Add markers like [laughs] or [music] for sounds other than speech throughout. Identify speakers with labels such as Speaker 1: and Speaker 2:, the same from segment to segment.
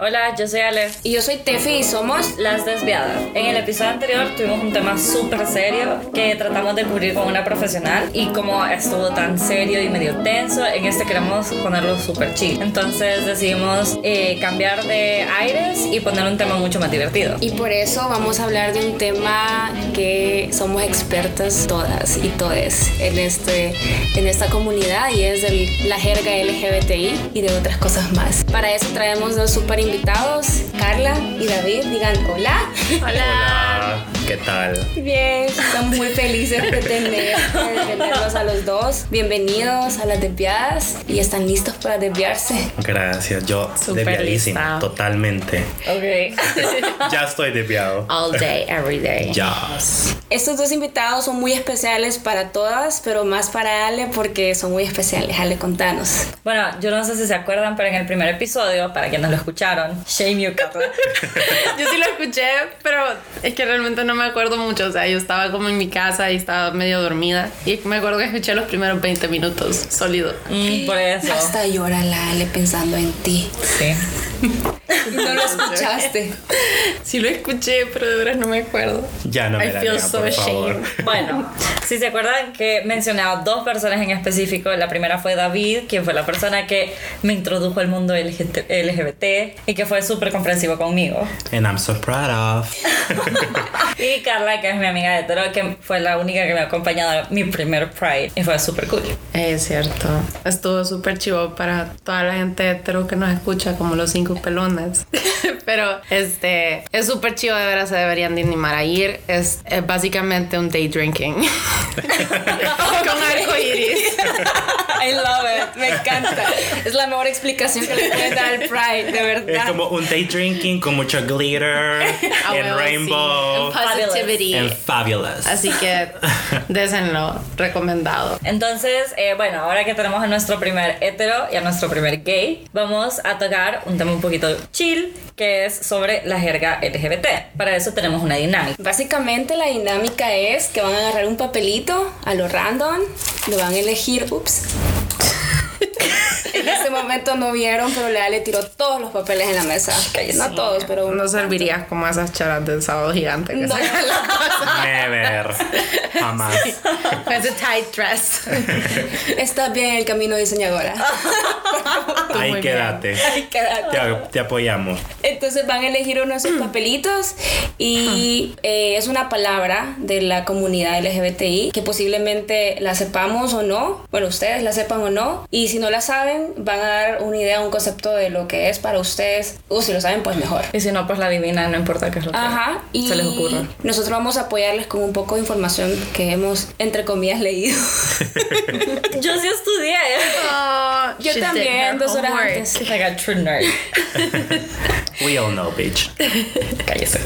Speaker 1: Hola, yo soy Ale.
Speaker 2: Y yo soy Tefi y somos...
Speaker 1: Las desviadas. En el episodio anterior tuvimos un tema súper serio que tratamos de cubrir con una profesional y como estuvo tan serio y medio tenso, en este queremos ponerlo súper chill. Entonces decidimos eh, cambiar de aires y poner un tema mucho más divertido.
Speaker 2: Y por eso vamos a hablar de un tema que somos expertas todas y todes en, este, en esta comunidad y es el- la jerga LGBTI y de otras cosas más. Para eso traemos dos super invitados, Carla y David. Digan hola. [laughs]
Speaker 3: Hola, ¿qué tal?
Speaker 2: Bien, estamos muy felices de, tener, de tenerlos a los dos. Bienvenidos a las desviadas y están listos para desviarse.
Speaker 3: Gracias, yo
Speaker 4: Súper
Speaker 3: desviadísima,
Speaker 4: lista.
Speaker 3: totalmente.
Speaker 1: Ok. [laughs]
Speaker 3: Ya estoy desviado.
Speaker 4: All day, every day.
Speaker 3: Yes.
Speaker 2: Estos dos invitados son muy especiales para todas, pero más para Ale porque son muy especiales. Ale, contanos.
Speaker 1: Bueno, yo no sé si se acuerdan, pero en el primer episodio, para quienes lo escucharon, shame you, Carla.
Speaker 4: Yo sí lo escuché, pero es que realmente no me acuerdo mucho. O sea, yo estaba como en mi casa y estaba medio dormida. Y me acuerdo que escuché los primeros 20 minutos sólido.
Speaker 1: Mm, por eso.
Speaker 2: Hasta llora la Ale pensando en ti.
Speaker 1: Sí.
Speaker 2: No
Speaker 4: [laughs]
Speaker 2: lo escuchaste.
Speaker 4: Sí lo escuché, pero de veras no me acuerdo.
Speaker 3: Ya no me
Speaker 4: I
Speaker 3: la
Speaker 4: feel
Speaker 3: digan,
Speaker 4: so
Speaker 3: por favor.
Speaker 4: ashamed.
Speaker 1: Bueno, si se acuerdan que mencionaba dos personas en específico, la primera fue David, quien fue la persona que me introdujo al mundo LGBT LGBT y que fue súper comprensivo conmigo.
Speaker 3: And I'm so proud of.
Speaker 1: Y Carla, que es mi amiga de Toro, que fue la única que me ha acompañado a mi primer Pride y fue súper cool.
Speaker 4: Es cierto. Estuvo súper chivo para toda la gente hetero que nos escucha, como los cinco pelones. [laughs] Pero este es súper chivo, de veras se deberían de animar a ir. Es, es básicamente un day drinking [laughs] con arco iris.
Speaker 2: I love it. Me encanta. Es la mejor explicación que le pueden dar al Pride, de
Speaker 3: Es
Speaker 2: verdad.
Speaker 3: como un day drinking con mucho
Speaker 4: [laughs]
Speaker 3: glitter, and rainbow,
Speaker 4: positivity.
Speaker 3: and fabulous.
Speaker 4: Así que désenlo, recomendado.
Speaker 1: Entonces, eh, bueno, ahora que tenemos a nuestro primer hetero y a nuestro primer gay, vamos a tocar un tema un poquito chill, que es sobre la jerga LGBT. Para eso tenemos una dinámica.
Speaker 2: Básicamente la dinámica es que van a agarrar un papelito a lo random, lo van a elegir, ups. En ese momento no vieron, pero la Ale tiró todos los papeles en la mesa.
Speaker 1: Cállese.
Speaker 2: No todos, pero uno.
Speaker 4: No servirías como esas charas del sábado gigante que
Speaker 2: No.
Speaker 4: sacan las
Speaker 2: [laughs]
Speaker 4: cosas.
Speaker 3: Never. Jamás.
Speaker 4: It's a tight dress.
Speaker 2: Estás bien en el camino diseñadora.
Speaker 3: Ahí
Speaker 4: muy
Speaker 3: quédate.
Speaker 2: Ay, quédate.
Speaker 3: Te, te apoyamos.
Speaker 2: Entonces van a elegir uno
Speaker 1: [clears throat]
Speaker 2: de esos papelitos y eh, es una palabra de la comunidad LGBTI que posiblemente la sepamos o no, bueno, ustedes la sepan o no, y si no la saben, van a dar una idea, un concepto de lo que es para ustedes, o si lo saben, pues mejor.
Speaker 1: Y si no, pues la divina, no importa qué es lo que
Speaker 2: Ajá, y
Speaker 1: se les ocurra.
Speaker 2: nosotros vamos a apoyarles con un poco de información que hemos, entre
Speaker 1: [laughs]
Speaker 2: comillas, leído.
Speaker 1: Yo sí estudié.
Speaker 4: Oh,
Speaker 2: Yo
Speaker 4: she did
Speaker 2: también,
Speaker 4: her
Speaker 2: dos horas
Speaker 4: homework.
Speaker 2: antes.
Speaker 1: Like a true nerd.
Speaker 3: We all know, bitch.
Speaker 1: Cállese.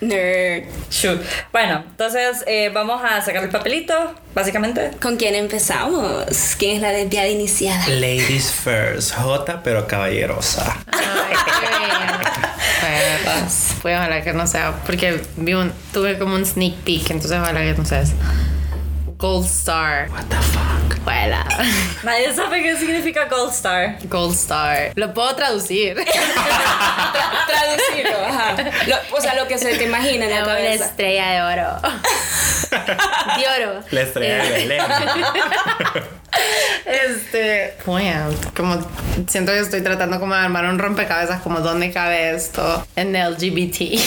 Speaker 2: Nerd.
Speaker 1: Shoot. Bueno, entonces eh, vamos a sacar el papelito, básicamente.
Speaker 2: ¿Con quién empezamos? ¿Quién es la desviada iniciada?
Speaker 3: Ladies first. J, pero caballerosa.
Speaker 4: Ay, qué bien. Pues, pues ojalá que no sea, porque vi un- tuve como un sneak peek, entonces ojalá que no seas. Gold Star.
Speaker 3: What the fuck?
Speaker 4: Ojalá.
Speaker 1: Nadie sabe qué significa Gold Star.
Speaker 4: [laughs] Gold Star. Lo puedo traducir.
Speaker 2: Tra- traducirlo, ajá. Lo- o sea, lo que se te imagina en la
Speaker 4: Una
Speaker 2: cabeza.
Speaker 4: estrella de [laughs] oro. De oro.
Speaker 3: La estrella de Belén.
Speaker 4: Este. bueno, Como siento que estoy tratando como de armar un rompecabezas, como dónde cabe esto en LGBT.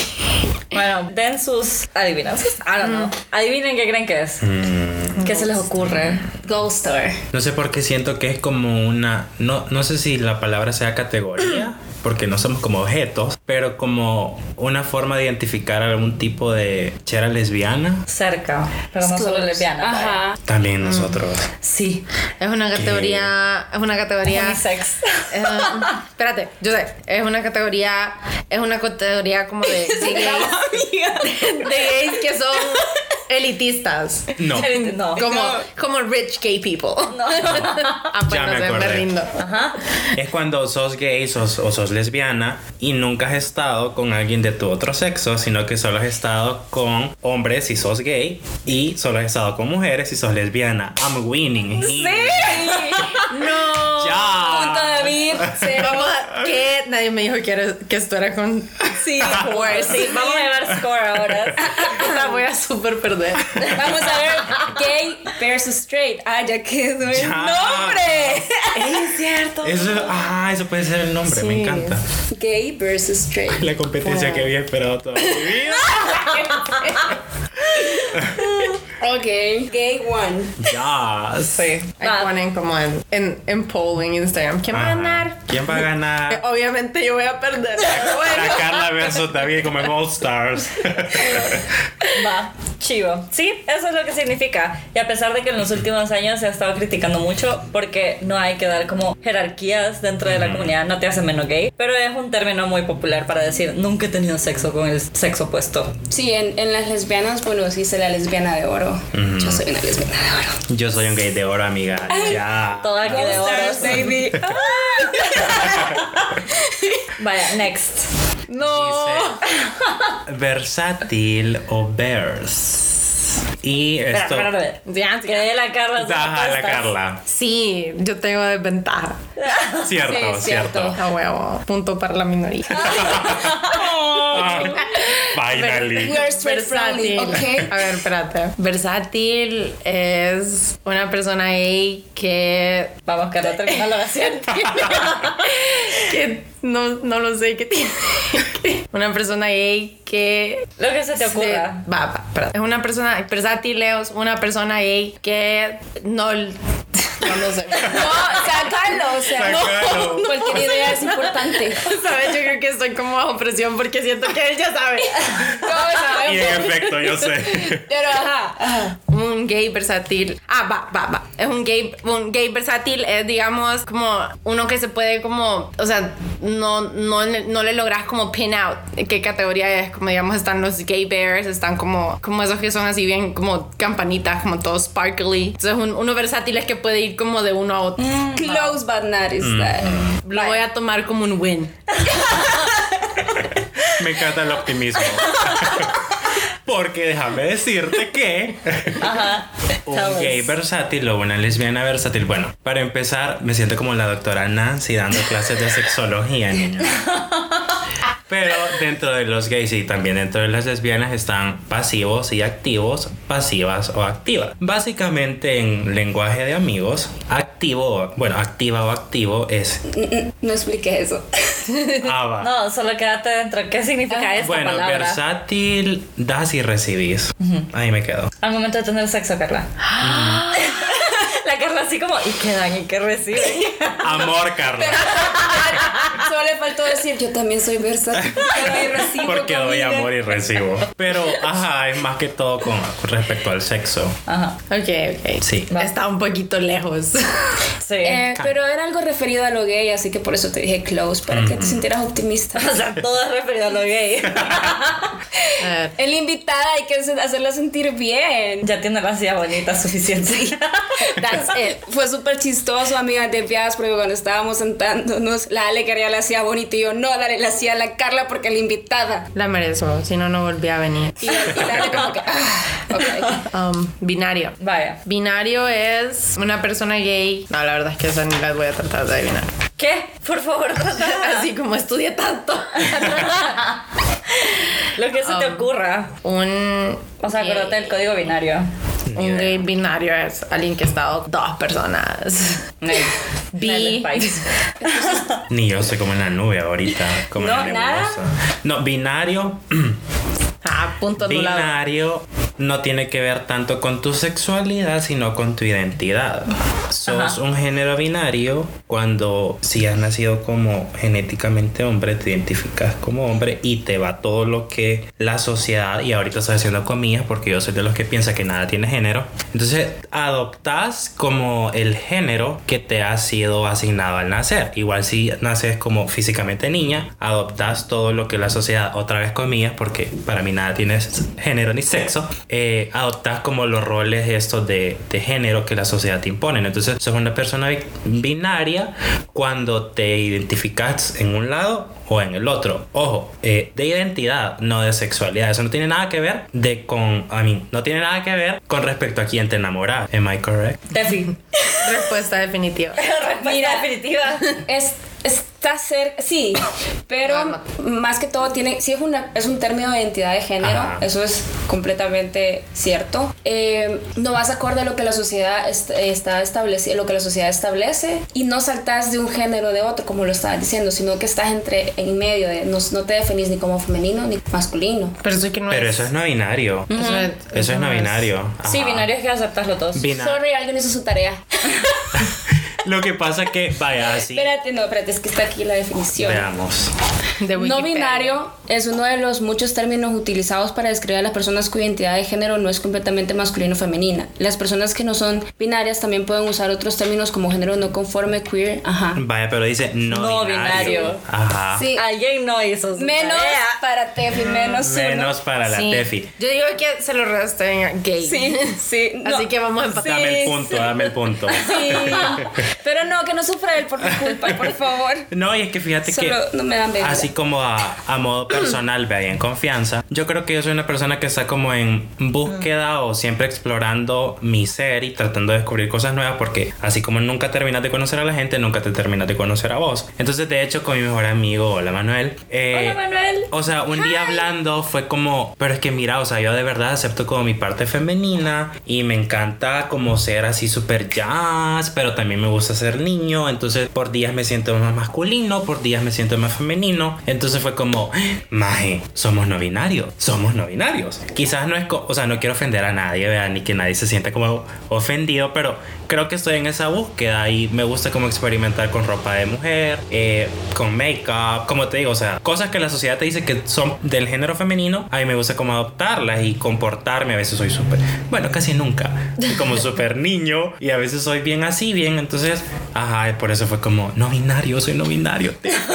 Speaker 1: Bueno, den sus adivinanzas. I don't know. Adivinen qué creen que es.
Speaker 4: [laughs]
Speaker 1: ¿Qué se les ocurre?
Speaker 2: Gold Star.
Speaker 3: No sé por qué siento que es como una. No, no sé si la palabra sea categoría, porque no somos como objetos, pero como una forma de identificar algún tipo de chera lesbiana.
Speaker 1: Cerca, pero no solo lesbiana. vaya.
Speaker 2: Ajá.
Speaker 3: También nosotros.
Speaker 1: Sí.
Speaker 4: Es una categoría. Es una categoría.
Speaker 1: [laughs] Unisex.
Speaker 4: Eh, espérate, yo sé, es una categoría, es una categoría como de, de gays, de gays que son elitistas.
Speaker 3: No. [laughs]
Speaker 1: No.
Speaker 4: Como, como rich gay people. [laughs] Ah, pues
Speaker 3: Ya
Speaker 4: no
Speaker 3: me
Speaker 4: sé,
Speaker 3: acordé.
Speaker 4: rindo.
Speaker 3: Es cuando sos gay sos- o sos lesbiana y nunca has estado con alguien de tu otro sexo, sino que solo has estado con hombres si sos gay y solo has estado con mujeres si sos lesbiana. I'm winning.
Speaker 1: Sí.
Speaker 4: No.
Speaker 3: Ya.
Speaker 2: Punto David,
Speaker 1: Cero.
Speaker 3: [laughs]
Speaker 4: Vamos a- ¿Qué? Nadie me dijo que, era- que esto era con.
Speaker 2: Sí,
Speaker 4: [laughs]
Speaker 2: of course.
Speaker 1: Sí, vamos a llevar score ahora.
Speaker 4: La voy a super perder.
Speaker 2: Vamos a ver gay versus straight. Ah, ya quedó el
Speaker 3: Ya.
Speaker 2: nombre.
Speaker 4: es cierto.
Speaker 3: Eso, ah, eso puede ser el nombre, me
Speaker 4: Sí.
Speaker 3: encanta.
Speaker 2: Gay versus straight.
Speaker 3: La competencia que había esperado toda mi vida.
Speaker 2: Ok. Gay one.
Speaker 3: Yes.
Speaker 4: Sí, ahí
Speaker 1: Va.
Speaker 4: ponen como en, en, en poll en Instagram. ¿Quién va a
Speaker 3: Ajá.
Speaker 4: ganar?
Speaker 3: ¿Quién va a
Speaker 4: Eh,
Speaker 3: ganar?
Speaker 4: Obviamente yo voy a perder. pero
Speaker 3: La
Speaker 4: bueno.
Speaker 3: Carla versus David como en All Stars.
Speaker 1: Va, chivo. Sí, eso es lo que significa. Y a pesar de que en los últimos años se ha estado criticando mucho porque no hay que dar como jerarquías dentro de la comunidad, no te hace menos gay, pero es un término muy popular para decir nunca he tenido sexo con el sexo opuesto.
Speaker 2: Sí, en, en las lesbianas, bueno, sí, soy la lesbiana de oro. Yo soy una lesbiana de oro.
Speaker 3: Yo soy un gay de oro, amiga. Ya.
Speaker 1: Toda que de
Speaker 2: All
Speaker 1: oros.
Speaker 2: stars,
Speaker 1: [laughs]
Speaker 2: baby.
Speaker 1: Vaya, next.
Speaker 4: no.
Speaker 3: Dice, versátil o vers. Y
Speaker 1: Espera,
Speaker 3: esto.
Speaker 1: espera, espera.
Speaker 4: Ya,
Speaker 1: Que dé la Carla. sus
Speaker 3: Ajá, la
Speaker 1: respuestas.
Speaker 3: Carla.
Speaker 4: Sí, yo tengo desventaja.
Speaker 3: Cierto,
Speaker 2: Sí,
Speaker 3: cierto.
Speaker 4: [laughs]
Speaker 2: cierto.
Speaker 4: A huevo. Punto para la minoría.
Speaker 3: Ah, Finally.
Speaker 2: We are straight friendly,
Speaker 4: A
Speaker 2: ok.
Speaker 4: ver, espérate. Versátil es una persona gay que, [laughs]
Speaker 1: Vamos, Carla, termina la oración.
Speaker 4: que no, no lo sé qué tiene. Una persona gay que
Speaker 1: Lo que se te
Speaker 4: de-
Speaker 1: ocurra.
Speaker 4: va, va, espérate. Es una persona versátil, es una persona gay que no [laughs] no lo sé.
Speaker 2: No, sácalo, o sea,
Speaker 3: Sácalo.
Speaker 2: no. Cualquier idea es importante.
Speaker 4: [laughs] ¿Sabes? Yo creo que estoy como bajo presión porque siento que él ya sabe.
Speaker 2: No,
Speaker 3: Y
Speaker 2: sabemos.
Speaker 3: en efecto, yo sé.
Speaker 2: Pero ajá.
Speaker 4: Un gay versátil. Ah, va, va, va. Es un gay, un gay versátil es, digamos, como uno que se puede como, o sea, no, no, le- no le logras como pin out. ¿Qué categoría es? Como, digamos, están los gay bears, están como, como esos que son así bien como campanitas, como todos sparkly. Entonces, un- uno versátil es que puede ir como de uno a otro.
Speaker 2: Close but not is that.
Speaker 4: Lo voy a tomar como un win.
Speaker 3: Me encanta
Speaker 1: [laughs]
Speaker 3: el optimismo. Porque déjame decirte que
Speaker 1: Ajá. Tell
Speaker 3: un
Speaker 1: us.
Speaker 3: gay versátil o una lesbiana versátil. Bueno, para empezar, me siento como la doctora Nancy dando clases de
Speaker 1: [laughs]
Speaker 3: sexología, niños. Pero dentro de los gays y también dentro de las lesbianas están pasivos y activos, pasivas o activas. Básicamente en lenguaje de amigos, activo, bueno, activa o activo
Speaker 1: [laughs]
Speaker 3: es
Speaker 2: No expliqué eso.
Speaker 3: ava.
Speaker 1: No, solo quédate dentro. ¿Qué significa esta
Speaker 3: bueno,
Speaker 1: palabra?
Speaker 3: versátil, das y recibís. Ahí me
Speaker 1: [laughs]
Speaker 3: quedo.
Speaker 1: Al momento de tener sexo, Carla. La Carla así como, ¿y qué dan y qué reciben?
Speaker 3: [laughs] Amor, Carla.
Speaker 2: [laughs] Solo le faltó decir, yo también soy versátil. pero yo recibo
Speaker 3: Porque doy
Speaker 2: comida.
Speaker 3: amor y recibo. Pero, ajá, es más que todo con, con respecto al sexo.
Speaker 1: Ajá,
Speaker 4: Ok, ok.
Speaker 3: Sí.
Speaker 4: Está un poquito lejos.
Speaker 1: sí.
Speaker 2: Eh, pero era algo referido a lo gay, así que por eso te dije close, para que te sintieras optimista.
Speaker 1: [laughs] [laughs]
Speaker 2: [laughs]
Speaker 1: o sea, todo es referido a lo gay. [laughs]
Speaker 4: A ver.
Speaker 2: El invitada hay que se- hacerla sentir bien.
Speaker 1: ya tiene la silla bonita suficiente. [laughs]
Speaker 2: That's it. Fue súper chistoso, amiga de Vias, porque cuando estábamos sentándonos, la Ale quería la hacía bonita y yo no, dale, la hacía la Carla porque la invitada.
Speaker 4: [laughs] La merezco, si no, no volví a venir.
Speaker 2: Y, y la Ale como que, ah, ok.
Speaker 4: Um, binario.
Speaker 1: Vaya.
Speaker 4: Binario es una persona gay. No, la verdad es que eso ni las voy a tratar de adivinar.
Speaker 1: ¿Qué? Por favor, trata.
Speaker 4: [laughs] Así como estudié tanto.
Speaker 1: lo que se te ocurra.
Speaker 4: [laughs] un.
Speaker 1: O sea,
Speaker 4: gay-
Speaker 1: acuérdate del código binario.
Speaker 4: Un gay binario es alguien que ha estado dos personas. [laughs]
Speaker 1: Nel.
Speaker 4: Bi.
Speaker 1: Nel del país.
Speaker 3: Ni yo soy como en la nube ahorita. Como en
Speaker 1: No,
Speaker 3: la
Speaker 1: nada.
Speaker 3: nebulosa. No, binario.
Speaker 4: Ah, punto anulado.
Speaker 3: Binario no tiene que ver tanto con tu sexualidad, sino con tu identidad. Sos un género binario cuando si has nacido como genéticamente hombre, te identificas como hombre y te va todo lo que la sociedad, y ahorita estoy haciendo comillas porque yo soy de los que piensa que nada tiene género. Entonces adoptas como el género que te ha sido asignado al nacer. Igual si naces como físicamente niña, adoptas todo lo que la sociedad, otra vez comillas, porque para mí nada tiene género ni sexo, eh, adoptas como los roles estos de, de género que la sociedad te impone. Entonces, sos una persona bi- binaria cuando te identificas en un lado o en el otro. Ojo, eh, de identidad, no de sexualidad. Eso no tiene nada que ver de con, a mí, no tiene nada que ver con respecto a quién te enamora. Am I correct?
Speaker 1: Defi.
Speaker 4: Respuesta definitiva.
Speaker 1: Respuesta
Speaker 2: Mira.
Speaker 1: definitiva.
Speaker 2: Es Está cerca, sí, pero
Speaker 4: Bueno.
Speaker 2: más que todo tiene, sí es, una, es un término de identidad de género,
Speaker 3: Ajá.
Speaker 2: eso es completamente cierto. Eh, no vas acorde a lo que la sociedad est- está establece, lo que la sociedad establece y no saltas de un género de otro, como lo estabas diciendo, sino que estás entre, en medio, de, no, no te definís ni como femenino ni masculino.
Speaker 4: Pero eso es que no
Speaker 3: Pero
Speaker 4: es.
Speaker 3: eso es no binario.
Speaker 4: Eso es,
Speaker 3: Eso es no binario. Ajá.
Speaker 1: Sí, binario es que aceptas los dos.
Speaker 3: Bina-
Speaker 2: Sorry, alguien hizo su tarea.
Speaker 3: Lo que pasa que, vaya, así.
Speaker 2: Espérate, no, espérate, es que está aquí la definición.
Speaker 3: Veamos.
Speaker 4: De
Speaker 2: No
Speaker 4: Wikipedia.
Speaker 2: binario es uno de los muchos términos utilizados para describir a las personas cuya identidad de género no es completamente masculino o femenina. Las personas que no son binarias también pueden usar otros términos como género no conforme, queer, ajá.
Speaker 3: Vaya, pero dice no,
Speaker 1: No
Speaker 3: binario.
Speaker 1: binario.
Speaker 4: Ah.
Speaker 3: Ajá.
Speaker 2: Sí,
Speaker 1: Alguien no hizo su
Speaker 2: menos [laughs]
Speaker 1: tarea.
Speaker 2: para Tefi, menos uno.
Speaker 3: Menos para la
Speaker 4: Sí.
Speaker 3: Tefi.
Speaker 4: Yo digo que se lo resten a gay.
Speaker 2: Sí, sí. no.
Speaker 4: Así que vamos a empatar.
Speaker 3: Dame el
Speaker 2: Sí,
Speaker 3: punto, dame el punto.
Speaker 2: Sí. Pero no, que no sufra él por mi culpa, por
Speaker 4: [laughs]
Speaker 2: favor.
Speaker 3: No, y es que fíjate
Speaker 2: Solo
Speaker 3: que
Speaker 2: no me dan bebida.
Speaker 3: así como a, a modo personal, vea, y en confianza, yo creo que yo soy una persona que está como en búsqueda o siempre explorando mi ser y tratando de descubrir cosas nuevas porque así como nunca terminas de conocer a la gente, nunca te terminas de conocer a vos. Entonces, de hecho, con mi mejor amigo, hola Manuel. eh,
Speaker 1: Hola, Manuel.
Speaker 3: O sea, un día hablando fue como, pero es que mira, o sea, yo de verdad acepto como mi parte femenina y me encanta como ser así súper jazz, pero también me gusta ser niño, entonces por días me siento más masculino, por días me siento más femenino, entonces fue como, maje, somos no binarios, somos no binarios. Quizás no es, co- o sea, no quiero ofender a nadie, ¿verdad? ni que nadie se sienta como ofendido, pero creo que estoy en esa búsqueda y me gusta como experimentar con ropa de mujer, eh, con make-up, como te digo, o sea, cosas que la sociedad te dice que son del género femenino, a mí me gusta como adoptarlas y comportarme, a veces soy súper, bueno, casi nunca, soy
Speaker 2: [laughs]
Speaker 3: como súper niño y a veces soy bien así, bien, entonces, ajá, y por eso fue como, no binario, soy
Speaker 2: [laughs]
Speaker 3: no binario. [laughs]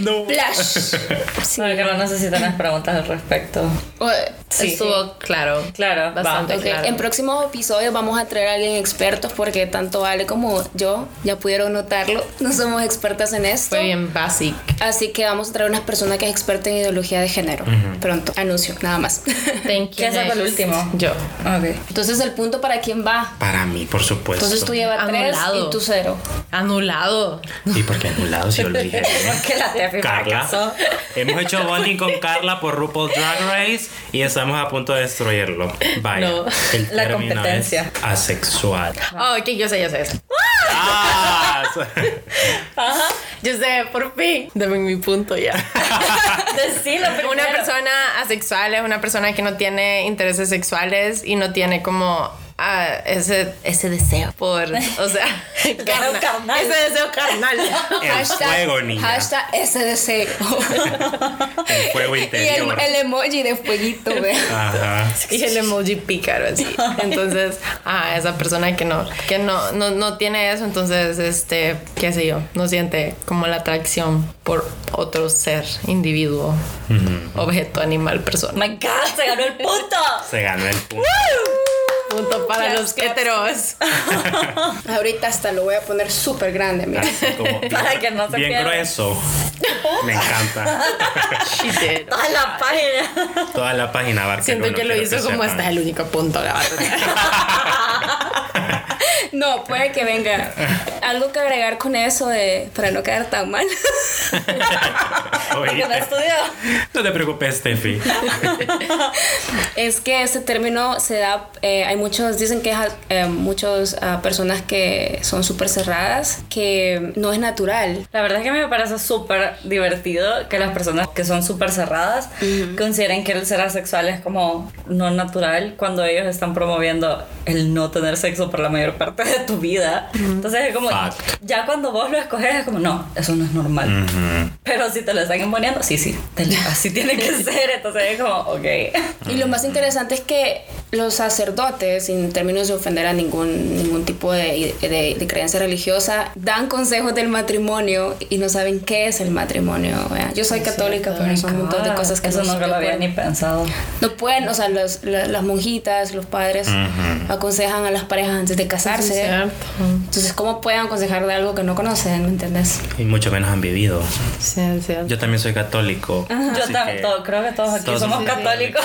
Speaker 3: no.
Speaker 4: [laughs]
Speaker 2: Flash.
Speaker 1: Sí. No, que no necesitan las preguntas al respecto.
Speaker 4: O-
Speaker 1: Sí.
Speaker 4: Estuvo claro.
Speaker 1: Claro,
Speaker 4: Bastante
Speaker 1: va.
Speaker 2: Ok,
Speaker 4: claro.
Speaker 2: En próximos episodios vamos a traer a alguien experto porque tanto Ale como yo ya pudieron notarlo, no somos expertas en esto.
Speaker 4: Fue bien basic.
Speaker 2: Así que vamos a traer una persona que es experta en ideología de género. Pronto, anuncio, nada más.
Speaker 4: Thank you.
Speaker 1: ¿Quién saca el
Speaker 4: next.
Speaker 1: último?
Speaker 4: Yo.
Speaker 1: Ok.
Speaker 3: Eh,
Speaker 2: Entonces el punto para quién va.
Speaker 3: Para mí, por supuesto.
Speaker 2: Entonces tú llevas tres
Speaker 4: Anulado.
Speaker 2: y tú cero.
Speaker 4: Anulado.
Speaker 3: ¿Y por qué anulado si yo lo dije?
Speaker 2: [laughs]
Speaker 3: bien?
Speaker 1: Porque la Tefi
Speaker 3: Carla. [laughs]
Speaker 1: fracasó.
Speaker 3: Hemos hecho bonding con Carla por RuPaul Drag Race y estamos a punto de destruirlo. Vaya.
Speaker 4: No,
Speaker 3: el
Speaker 1: la
Speaker 3: término
Speaker 1: competencia.
Speaker 3: es asexual.
Speaker 4: Oh, ok, yo sé, yo sé.
Speaker 3: Ah,
Speaker 4: Yo sé, por fin. Dame mi punto ya.
Speaker 1: Decilo primero.
Speaker 4: Una persona asexual es una persona que no tiene intereses sexuales y no tiene como ah, ese, ese deseo por, o [laughs] sea, carna-
Speaker 1: carnal.
Speaker 4: Ese deseo [laughs] carnal.
Speaker 3: El fuego, niña.
Speaker 2: Hashtag SDC.
Speaker 3: el
Speaker 2: [laughs]
Speaker 3: fuego
Speaker 2: y el,
Speaker 3: interior.
Speaker 2: el emoji de fueguito, ve.
Speaker 3: Ajá.
Speaker 4: [laughs] Y el emoji pícaro así. Entonces, ah, esa persona que no, que no, no, no tiene eso, entonces, este, qué sé yo, no siente como la atracción por otro ser, individuo, objeto, animal, persona.
Speaker 1: My God, se ganó el punto.
Speaker 3: Se ganó el punto.
Speaker 4: Punto para
Speaker 2: Claps,
Speaker 4: los
Speaker 2: claps.
Speaker 4: heteros.
Speaker 2: Ahorita hasta lo voy a poner súper grande, mira.
Speaker 3: Así como
Speaker 1: [laughs]
Speaker 3: bien,
Speaker 1: Para que no se
Speaker 3: bien
Speaker 1: pierda.
Speaker 3: grueso. Me encanta.
Speaker 4: Shit.
Speaker 1: Toda la página.
Speaker 3: Toda la página abarca.
Speaker 4: Siento
Speaker 3: uno,
Speaker 4: que lo
Speaker 3: quiero
Speaker 4: hizo como
Speaker 3: sepan.
Speaker 4: este es
Speaker 3: [laughs]
Speaker 4: el único punto, la verdad.
Speaker 2: [laughs] No, puede que venga.
Speaker 3: Ah.
Speaker 2: Algo que agregar con eso de para no quedar tan mal.
Speaker 1: Porque no
Speaker 3: Oíste.
Speaker 1: estudió.
Speaker 3: No te preocupes, Steffi.
Speaker 2: es que este término se da, eh, hay muchos, dicen que es eh, muchas ah, personas que son súper cerradas, que no es natural.
Speaker 1: La verdad es que a mí me parece súper divertido que las personas que son súper cerradas consideren que el ser asexual es como no natural cuando ellos están promoviendo el no tener sexo por la mayor parte de tu vida. Entonces es como,
Speaker 3: Fact.
Speaker 1: ya cuando vos lo escoges es como, no, eso no es normal. Pero si te lo están imponiendo, sí, sí, te
Speaker 2: [laughs]
Speaker 1: lo- así tiene que ser. Entonces es como, ok.
Speaker 2: Y lo más interesante es que los sacerdotes, sin términos de ofender a ningún, ningún tipo de, de- de creencia religiosa, dan consejos del matrimonio y no saben qué es el matrimonio. ¿vea? Yo soy católica, pero son un montón de cosas que
Speaker 1: eso
Speaker 2: no
Speaker 1: nunca
Speaker 2: se
Speaker 1: lo había
Speaker 2: pueden.
Speaker 1: ni pensado.
Speaker 2: No pueden, o sea, los- Ah, la- las monjitas, los padres aconsejan a las parejas antes de casarse.
Speaker 4: Cierto.
Speaker 2: Entonces, ¿cómo pueden aconsejar de algo que no conocen? ¿Me entendés?
Speaker 3: Y mucho menos han vivido.
Speaker 4: Sí, sí.
Speaker 3: Yo también soy católico.
Speaker 1: Yo
Speaker 3: así
Speaker 1: tam-
Speaker 3: que
Speaker 1: todo- creo que todos aquí
Speaker 3: todos
Speaker 1: somos
Speaker 3: somos
Speaker 1: católicos.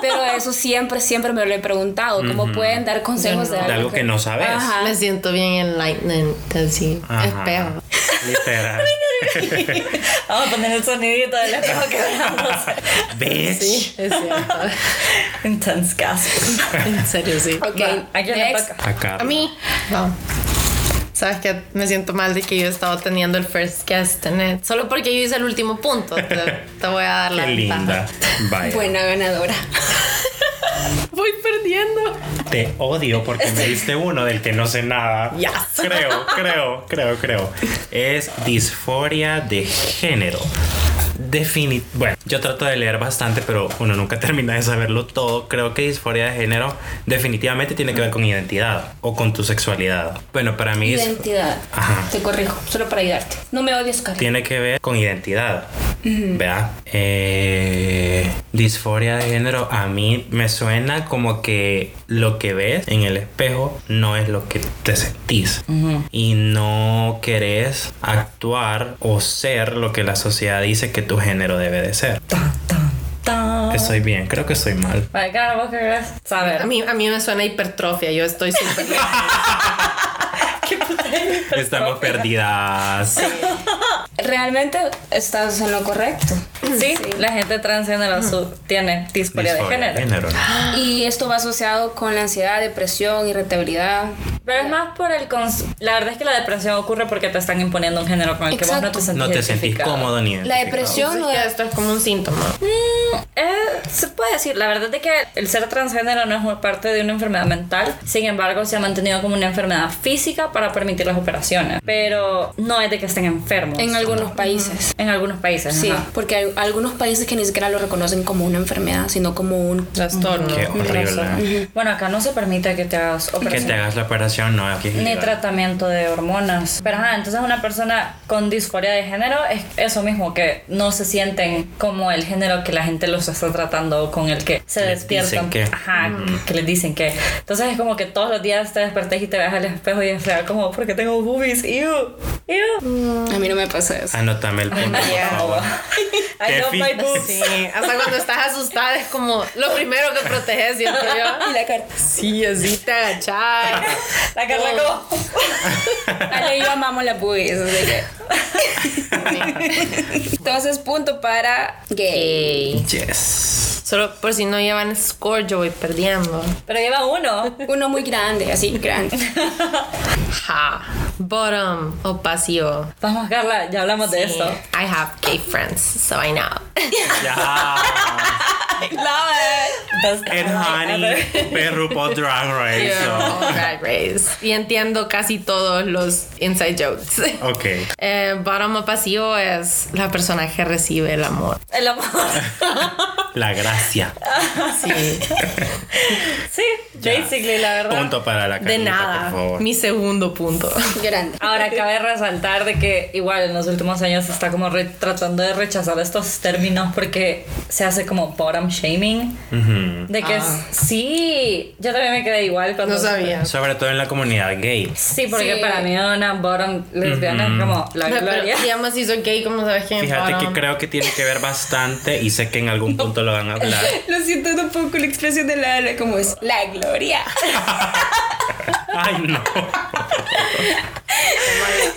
Speaker 2: Pero eso siempre, siempre me lo he preguntado. ¿Cómo pueden dar consejos de
Speaker 3: De
Speaker 2: algo,
Speaker 3: algo que no sabes.
Speaker 2: Ajá.
Speaker 4: Me siento bien enlightened, así,
Speaker 3: Ajá.
Speaker 4: espejo.
Speaker 3: Literal.
Speaker 1: [laughs] Vamos a poner el sonidito del espejo que
Speaker 3: [laughs] Bitch.
Speaker 4: Sí, es cierto. [laughs]
Speaker 1: [laughs] Intense gasp.
Speaker 4: en serio, sí.
Speaker 2: Ok,
Speaker 1: Va, ¿a quién le
Speaker 2: next.
Speaker 1: toca?
Speaker 3: Acá.
Speaker 4: A mí. No. Sabes que me siento mal de que yo he estado teniendo el first guest en it. Solo porque yo hice el último
Speaker 3: [laughs]
Speaker 4: punto. Te, te voy a dar la
Speaker 3: Qué
Speaker 4: ventaja.
Speaker 3: linda. Vaya.
Speaker 2: Buena ganadora.
Speaker 4: Voy perdiendo.
Speaker 3: Te odio porque me diste uno del que no sé nada.
Speaker 4: Yes.
Speaker 3: Creo, creo, creo, creo. Es disforia de género. Definit bueno, yo trato de leer bastante, pero uno nunca [laughs] termina de saberlo todo. Creo que disforia de género definitivamente tiene que ver con identidad o con tu sexualidad. Bueno, para mí es-
Speaker 2: Identidad.
Speaker 3: Ajá.
Speaker 2: Te corrijo, solo para ayudarte. No me odies, Karen.
Speaker 3: tiene que ver con identidad. ¿Verdad? Eh, disforia de género a mí me suena como que lo que ves en el espejo no es lo que te sentís y no querés actuar o ser lo que la sociedad dice que tu género debe de ser.
Speaker 1: Tan, tan, tan.
Speaker 3: Estoy bien, creo que
Speaker 1: [laughs]
Speaker 3: estoy mal.
Speaker 1: Vaya, cara, vos qué querés
Speaker 4: A
Speaker 1: saber.
Speaker 4: mí, a mí me suena hipertrofia. Yo
Speaker 3: [laughs]
Speaker 4: estoy súper.
Speaker 3: Estamos perdidas.
Speaker 2: Realmente estás en lo correcto.
Speaker 1: Sí, Mm. la gente transgénero su- tiene disforia de
Speaker 3: Disforia de
Speaker 1: género. Ah,
Speaker 3: género.
Speaker 2: Y esto va asociado con la ansiedad, depresión, irritabilidad.
Speaker 1: Pero es más por el... cons- La verdad es que la depresión ocurre porque te están imponiendo un género con el que vos no
Speaker 2: Exacto.
Speaker 1: te sentís
Speaker 3: No te sentís
Speaker 1: identificado.
Speaker 3: cómodo ni
Speaker 2: La
Speaker 3: identificado.
Speaker 2: depresión o
Speaker 4: Ya,
Speaker 2: de-
Speaker 4: esto es como un síntoma.
Speaker 1: Eh, se puede decir, la verdad es que el ser transgénero no es una parte de una enfermedad mental, sin embargo se ha mantenido como una enfermedad física para permitir las operaciones, pero no es de que estén enfermos.
Speaker 2: en algunos países.
Speaker 1: En algunos países,
Speaker 2: Sí,
Speaker 1: ajá.
Speaker 2: porque hay algunos países que ni siquiera lo reconocen como una enfermedad, sino como un...
Speaker 4: Trastorno.
Speaker 3: Qué
Speaker 4: Trastorno.
Speaker 3: horrible.
Speaker 1: Bueno, acá no se permite que te hagas
Speaker 3: Que
Speaker 1: operaciones.
Speaker 3: te hagas la operación, no aquí. es
Speaker 1: ni
Speaker 3: ilegal.
Speaker 1: tratamiento de hormonas. Pero ajá, entonces una persona con disforia de género es eso mismo, que no se sienten como el género que la gente los está tratando, con el que se
Speaker 3: Les
Speaker 1: despiertan.
Speaker 3: dicen que.
Speaker 1: Ajá, que les dicen que. Entonces es como que todos los días te despertes y te ves al espejo y es real como, ¿por qué tengo boobies? Ew, ew.
Speaker 2: A mí no me pasa eso.
Speaker 3: Anótame el punto,
Speaker 1: Yeah. [laughs]
Speaker 3: por favor.
Speaker 1: I love my
Speaker 3: Tefi.
Speaker 1: boobs.
Speaker 4: Sí,
Speaker 3: [laughs]
Speaker 4: hasta cuando estás asustada es como lo primero que proteges, siento
Speaker 3: Ah.
Speaker 4: yo.
Speaker 2: [laughs] Y la
Speaker 3: [laughs]
Speaker 2: carta.
Speaker 4: Sí, así te agachas.
Speaker 1: La Carla como...
Speaker 2: Ale y yo amamos las boobies, así que... Entonces, punto para gay.
Speaker 3: Yes.
Speaker 4: Solo por si no llevan score, yo voy perdiendo.
Speaker 1: Pero lleva uno.
Speaker 2: Uno muy grande, así grande.
Speaker 4: Ja. Bottom o pasivo.
Speaker 1: Vamos, Carla, ya hablamos de esto.
Speaker 4: I have gay friends, so I know.
Speaker 3: Yeah.
Speaker 1: That's the [laughs]
Speaker 3: And
Speaker 1: highlight
Speaker 3: honey,
Speaker 1: ever.
Speaker 3: perrupo drag race. so- [laughs]
Speaker 4: Drag race. Y entiendo casi todos los inside jokes. [laughs]
Speaker 3: Ok.
Speaker 4: Eh, bottom o pasivo es la persona que recibe el amor.
Speaker 1: El amor.
Speaker 3: La gracia. [laughs]
Speaker 4: Sí.
Speaker 1: [laughs] Sí, basically, la verdad.
Speaker 3: Punto para la
Speaker 4: De
Speaker 3: Carlita,
Speaker 4: nada.
Speaker 3: por favor.
Speaker 4: Mi segundo punto.
Speaker 2: [laughs] Grande.
Speaker 1: Ahora cabe resaltar de que igual en los últimos años se está como re- tratando de rechazar estos términos porque se hace como bottom shaming. De que es- sí, yo también me quedé igual cuando...
Speaker 4: Ah. No sabía.
Speaker 3: Sobre todo en la comunidad gay.
Speaker 1: Sí, porque
Speaker 2: Sí.
Speaker 1: para mí una bottom lesbiana es como la
Speaker 4: No, pero
Speaker 1: gloria.
Speaker 4: digamos, si soy gay, ¿cómo sabes quién es
Speaker 3: Fíjate
Speaker 4: bottom?
Speaker 3: que creo que tiene que ver bastante y sé que en algún punto lo van a hablar.
Speaker 2: Lo siento un poco la expresión de la Ale, como es la gloria.
Speaker 3: Ay, no.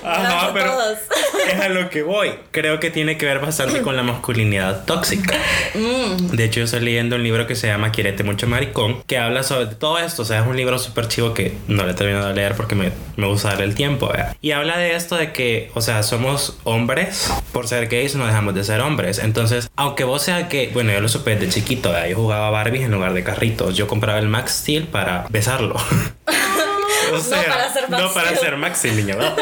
Speaker 3: Ajá, [laughs]
Speaker 1: Vamos
Speaker 3: pero
Speaker 1: todos.
Speaker 3: es a lo que voy. Creo que tiene que ver bastante con la masculinidad tóxica. De hecho, yo estoy leyendo un libro que se llama Quierete mucho maricón, que habla sobre todo esto. O sea, es un libro súper chivo que no le he terminado de leer porque me, me gusta darle el tiempo. ¿verdad? Y habla de esto de que, o sea, somos hombres. Por ser gays no dejamos de ser hombres. Entonces, aunque vos seas que, bueno, yo lo supe desde chiquito. ¿verdad? Yo jugaba Barbies en lugar de carritos. Yo compraba el Max Steel para besarlo. [laughs]
Speaker 1: [laughs]
Speaker 3: O sea,
Speaker 1: para ser
Speaker 3: no
Speaker 1: Max
Speaker 3: para
Speaker 1: Steel.
Speaker 3: ser Maxi, niño. ¿no?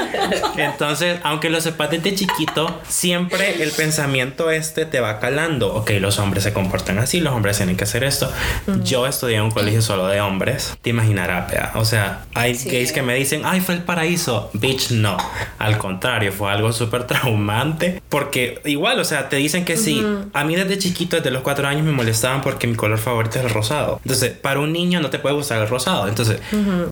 Speaker 3: Entonces, aunque lo sepas desde chiquito, siempre el pensamiento este te va calando. Ok, los hombres se comportan así, los hombres tienen que hacer esto. Yo estudié en un colegio solo de hombres. Te imaginarás, pea. O sea, hay gays que me dicen, ay, fue el paraíso. Bitch, no. Al contrario, fue algo súper traumante. Porque igual, o sea, te dicen que sí. A mí desde chiquito, desde los cuatro años, me molestaban porque mi color favorito es el rosado. Entonces, para un niño no te puede gustar el rosado. Entonces,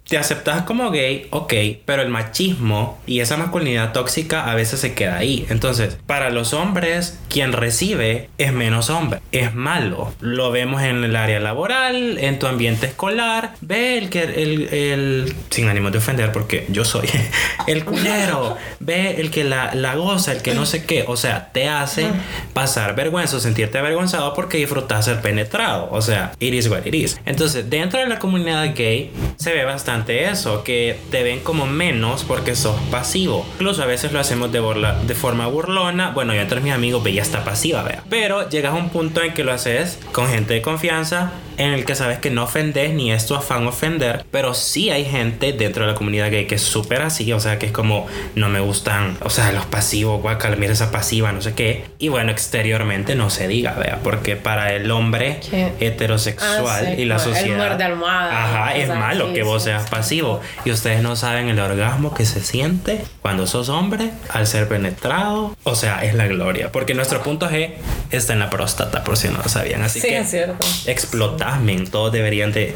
Speaker 3: te aceptas como gay, ok, pero el machismo y esa masculinidad tóxica a veces se queda ahí. Entonces, para los hombres, quien recibe es menos hombre, es malo. Lo vemos en el área laboral, en tu ambiente escolar. Ve el que el, el- sin ánimo de ofender, porque yo soy [laughs] el culero. Ve el que la, la goza, el que no sé qué. O sea, te hace pasar vergüenza, o sentirte avergonzado porque disfrutas ser penetrado. O sea, it is what it is. Entonces, dentro de la comunidad gay se ve bastante eso, que te ven como menos porque sos pasivo. Incluso a veces lo hacemos de, borla- de forma burlona. Bueno, yo entre mis amigos veía hasta pasiva, vea. Pero llegas a un punto en que lo haces con gente de confianza, en el que sabes que no ofendes ni es tu afán ofender, pero sí hay gente dentro de la comunidad gay que es súper así, o sea, que es como, no me gustan, o sea, los pasivos, guacal, mira esa pasiva, no sé qué. Y bueno, exteriormente no se diga, vea, porque para el hombre
Speaker 4: ¿Qué?
Speaker 3: heterosexual
Speaker 4: Ah, sí,
Speaker 3: y la
Speaker 4: el
Speaker 3: sociedad.
Speaker 4: muerde almohada.
Speaker 3: Ajá, es
Speaker 4: O sea,
Speaker 3: malo
Speaker 4: sí,
Speaker 3: que vos
Speaker 4: sí,
Speaker 3: seas pasivo. Y ustedes no saben el orgasmo que se siente cuando sos hombre al ser penetrado. O sea, es la gloria. Porque nuestro punto G está en la próstata, por si no lo sabían. Así
Speaker 1: Sí,
Speaker 3: que
Speaker 1: es cierto.
Speaker 3: explotas, men. Todos deberían
Speaker 2: [laughs]
Speaker 3: de,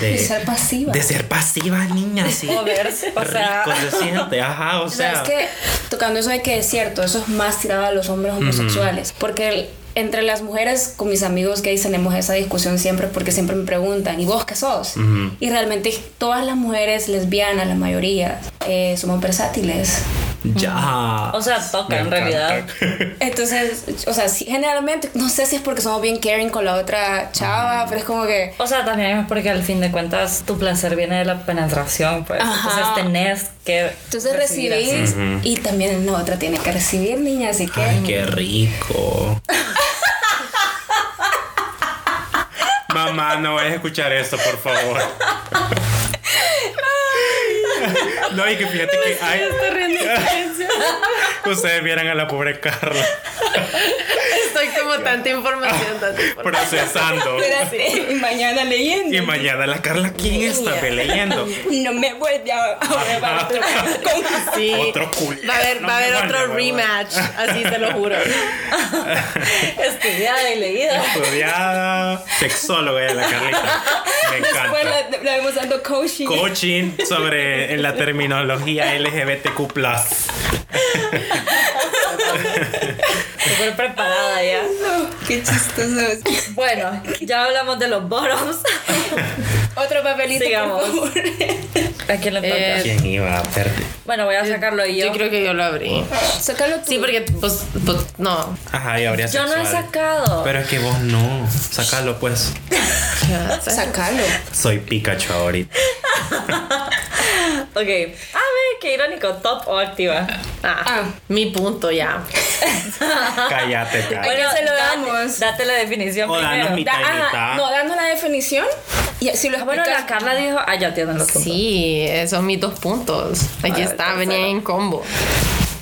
Speaker 3: de,
Speaker 2: De ser pasivas.
Speaker 3: De ser pasivas, niñas. Sí.
Speaker 1: O verse, o sea.
Speaker 3: Rico se siente, ajá, o
Speaker 2: O sea,
Speaker 3: sea.
Speaker 2: es que tocando eso de que es cierto, eso es más tirado a los hombres homosexuales, porque el- entre las mujeres con mis amigos gays tenemos esa discusión siempre porque siempre me preguntan, ¿y vos qué sos?
Speaker 3: Ujú.
Speaker 2: Y realmente todas las mujeres lesbianas, la mayoría, eh, somos versátiles.
Speaker 3: Ya.
Speaker 1: O sea, toca,
Speaker 3: Me
Speaker 1: en realidad.
Speaker 3: encanta.
Speaker 2: Entonces, o sea, sí, generalmente, no sé si es porque somos bien caring con la otra chava, pero es como que...
Speaker 1: O sea, también es porque al fin de cuentas tu placer viene de la penetración, pues.
Speaker 2: Ajá.
Speaker 1: Entonces tenés que.
Speaker 2: Entonces
Speaker 1: recibir así.
Speaker 2: recibís y también la otra tiene que recibir, niña, así que...
Speaker 3: Ay, qué rico. Mamá, no vayas a escuchar esto, por favor. No, y que fíjate que ay, [laughs] ustedes vieran a la pobre Carla
Speaker 4: [laughs] Estoy como tanta información,
Speaker 3: [laughs]
Speaker 4: tanta información.
Speaker 3: procesando.
Speaker 2: Espérate, y mañana leyendo.
Speaker 3: Y mañana la Carla, ¿quién está leyendo?
Speaker 2: No me vuelve a, a
Speaker 3: [laughs]
Speaker 2: llevar otro- con-
Speaker 4: Sí.
Speaker 3: Otro culero.
Speaker 4: Va a haber,
Speaker 3: No
Speaker 4: va a
Speaker 3: me
Speaker 4: haber
Speaker 3: vale,
Speaker 4: otro
Speaker 3: huevón.
Speaker 4: rematch, así te lo juro.
Speaker 1: Estudiada y leída.
Speaker 3: Estudiada, sexóloga ya la Carlita. Me
Speaker 2: Después
Speaker 3: encanta.
Speaker 2: la, la vemos dando coaching.
Speaker 3: Coaching sobre la terminología LGBTQ.
Speaker 1: Súper preparada ya.
Speaker 2: No, qué chistoso. es.
Speaker 1: Bueno, ya hablamos de los [laughs] boros.
Speaker 2: Otro papelito,
Speaker 1: Sigamos.
Speaker 2: por favor.
Speaker 1: ¿A quién le toca?
Speaker 4: Eh,
Speaker 3: ¿Quién iba a perder?
Speaker 1: bueno, voy a sacarlo [laughs] yo.
Speaker 4: Yo creo que yo lo abrí.
Speaker 2: Sácalo tú.
Speaker 4: Sí, porque pues, pues,
Speaker 1: [laughs]
Speaker 4: no.
Speaker 3: Ajá, y habría
Speaker 1: Yo no he
Speaker 3: sexual.
Speaker 1: sacado.
Speaker 3: Pero es que vos no. Sácalo pues.
Speaker 2: Sácalo.
Speaker 3: Soy
Speaker 1: [laughs]
Speaker 3: Pikachu ahorita.
Speaker 1: [laughs] Ok. A ver, qué irónico. Top o activa.
Speaker 4: Ah,
Speaker 2: Ah.
Speaker 4: mi punto ya.
Speaker 3: Cállate, Carla.
Speaker 1: Bueno,
Speaker 2: se lo
Speaker 1: date-
Speaker 2: damos?
Speaker 1: Date la definición
Speaker 3: O danos
Speaker 1: primero.
Speaker 3: mi-
Speaker 2: Da-
Speaker 3: Mitad y
Speaker 2: ajá,
Speaker 3: mitad.
Speaker 2: no, dando la definición. Y si lo
Speaker 1: Bueno,
Speaker 2: explicas-
Speaker 1: la Carla dijo, ah, ya tienen los puntos.
Speaker 4: Sí, esos son mis dos puntos. Aquí
Speaker 1: Ah,
Speaker 4: está,
Speaker 1: el
Speaker 4: venía en combo.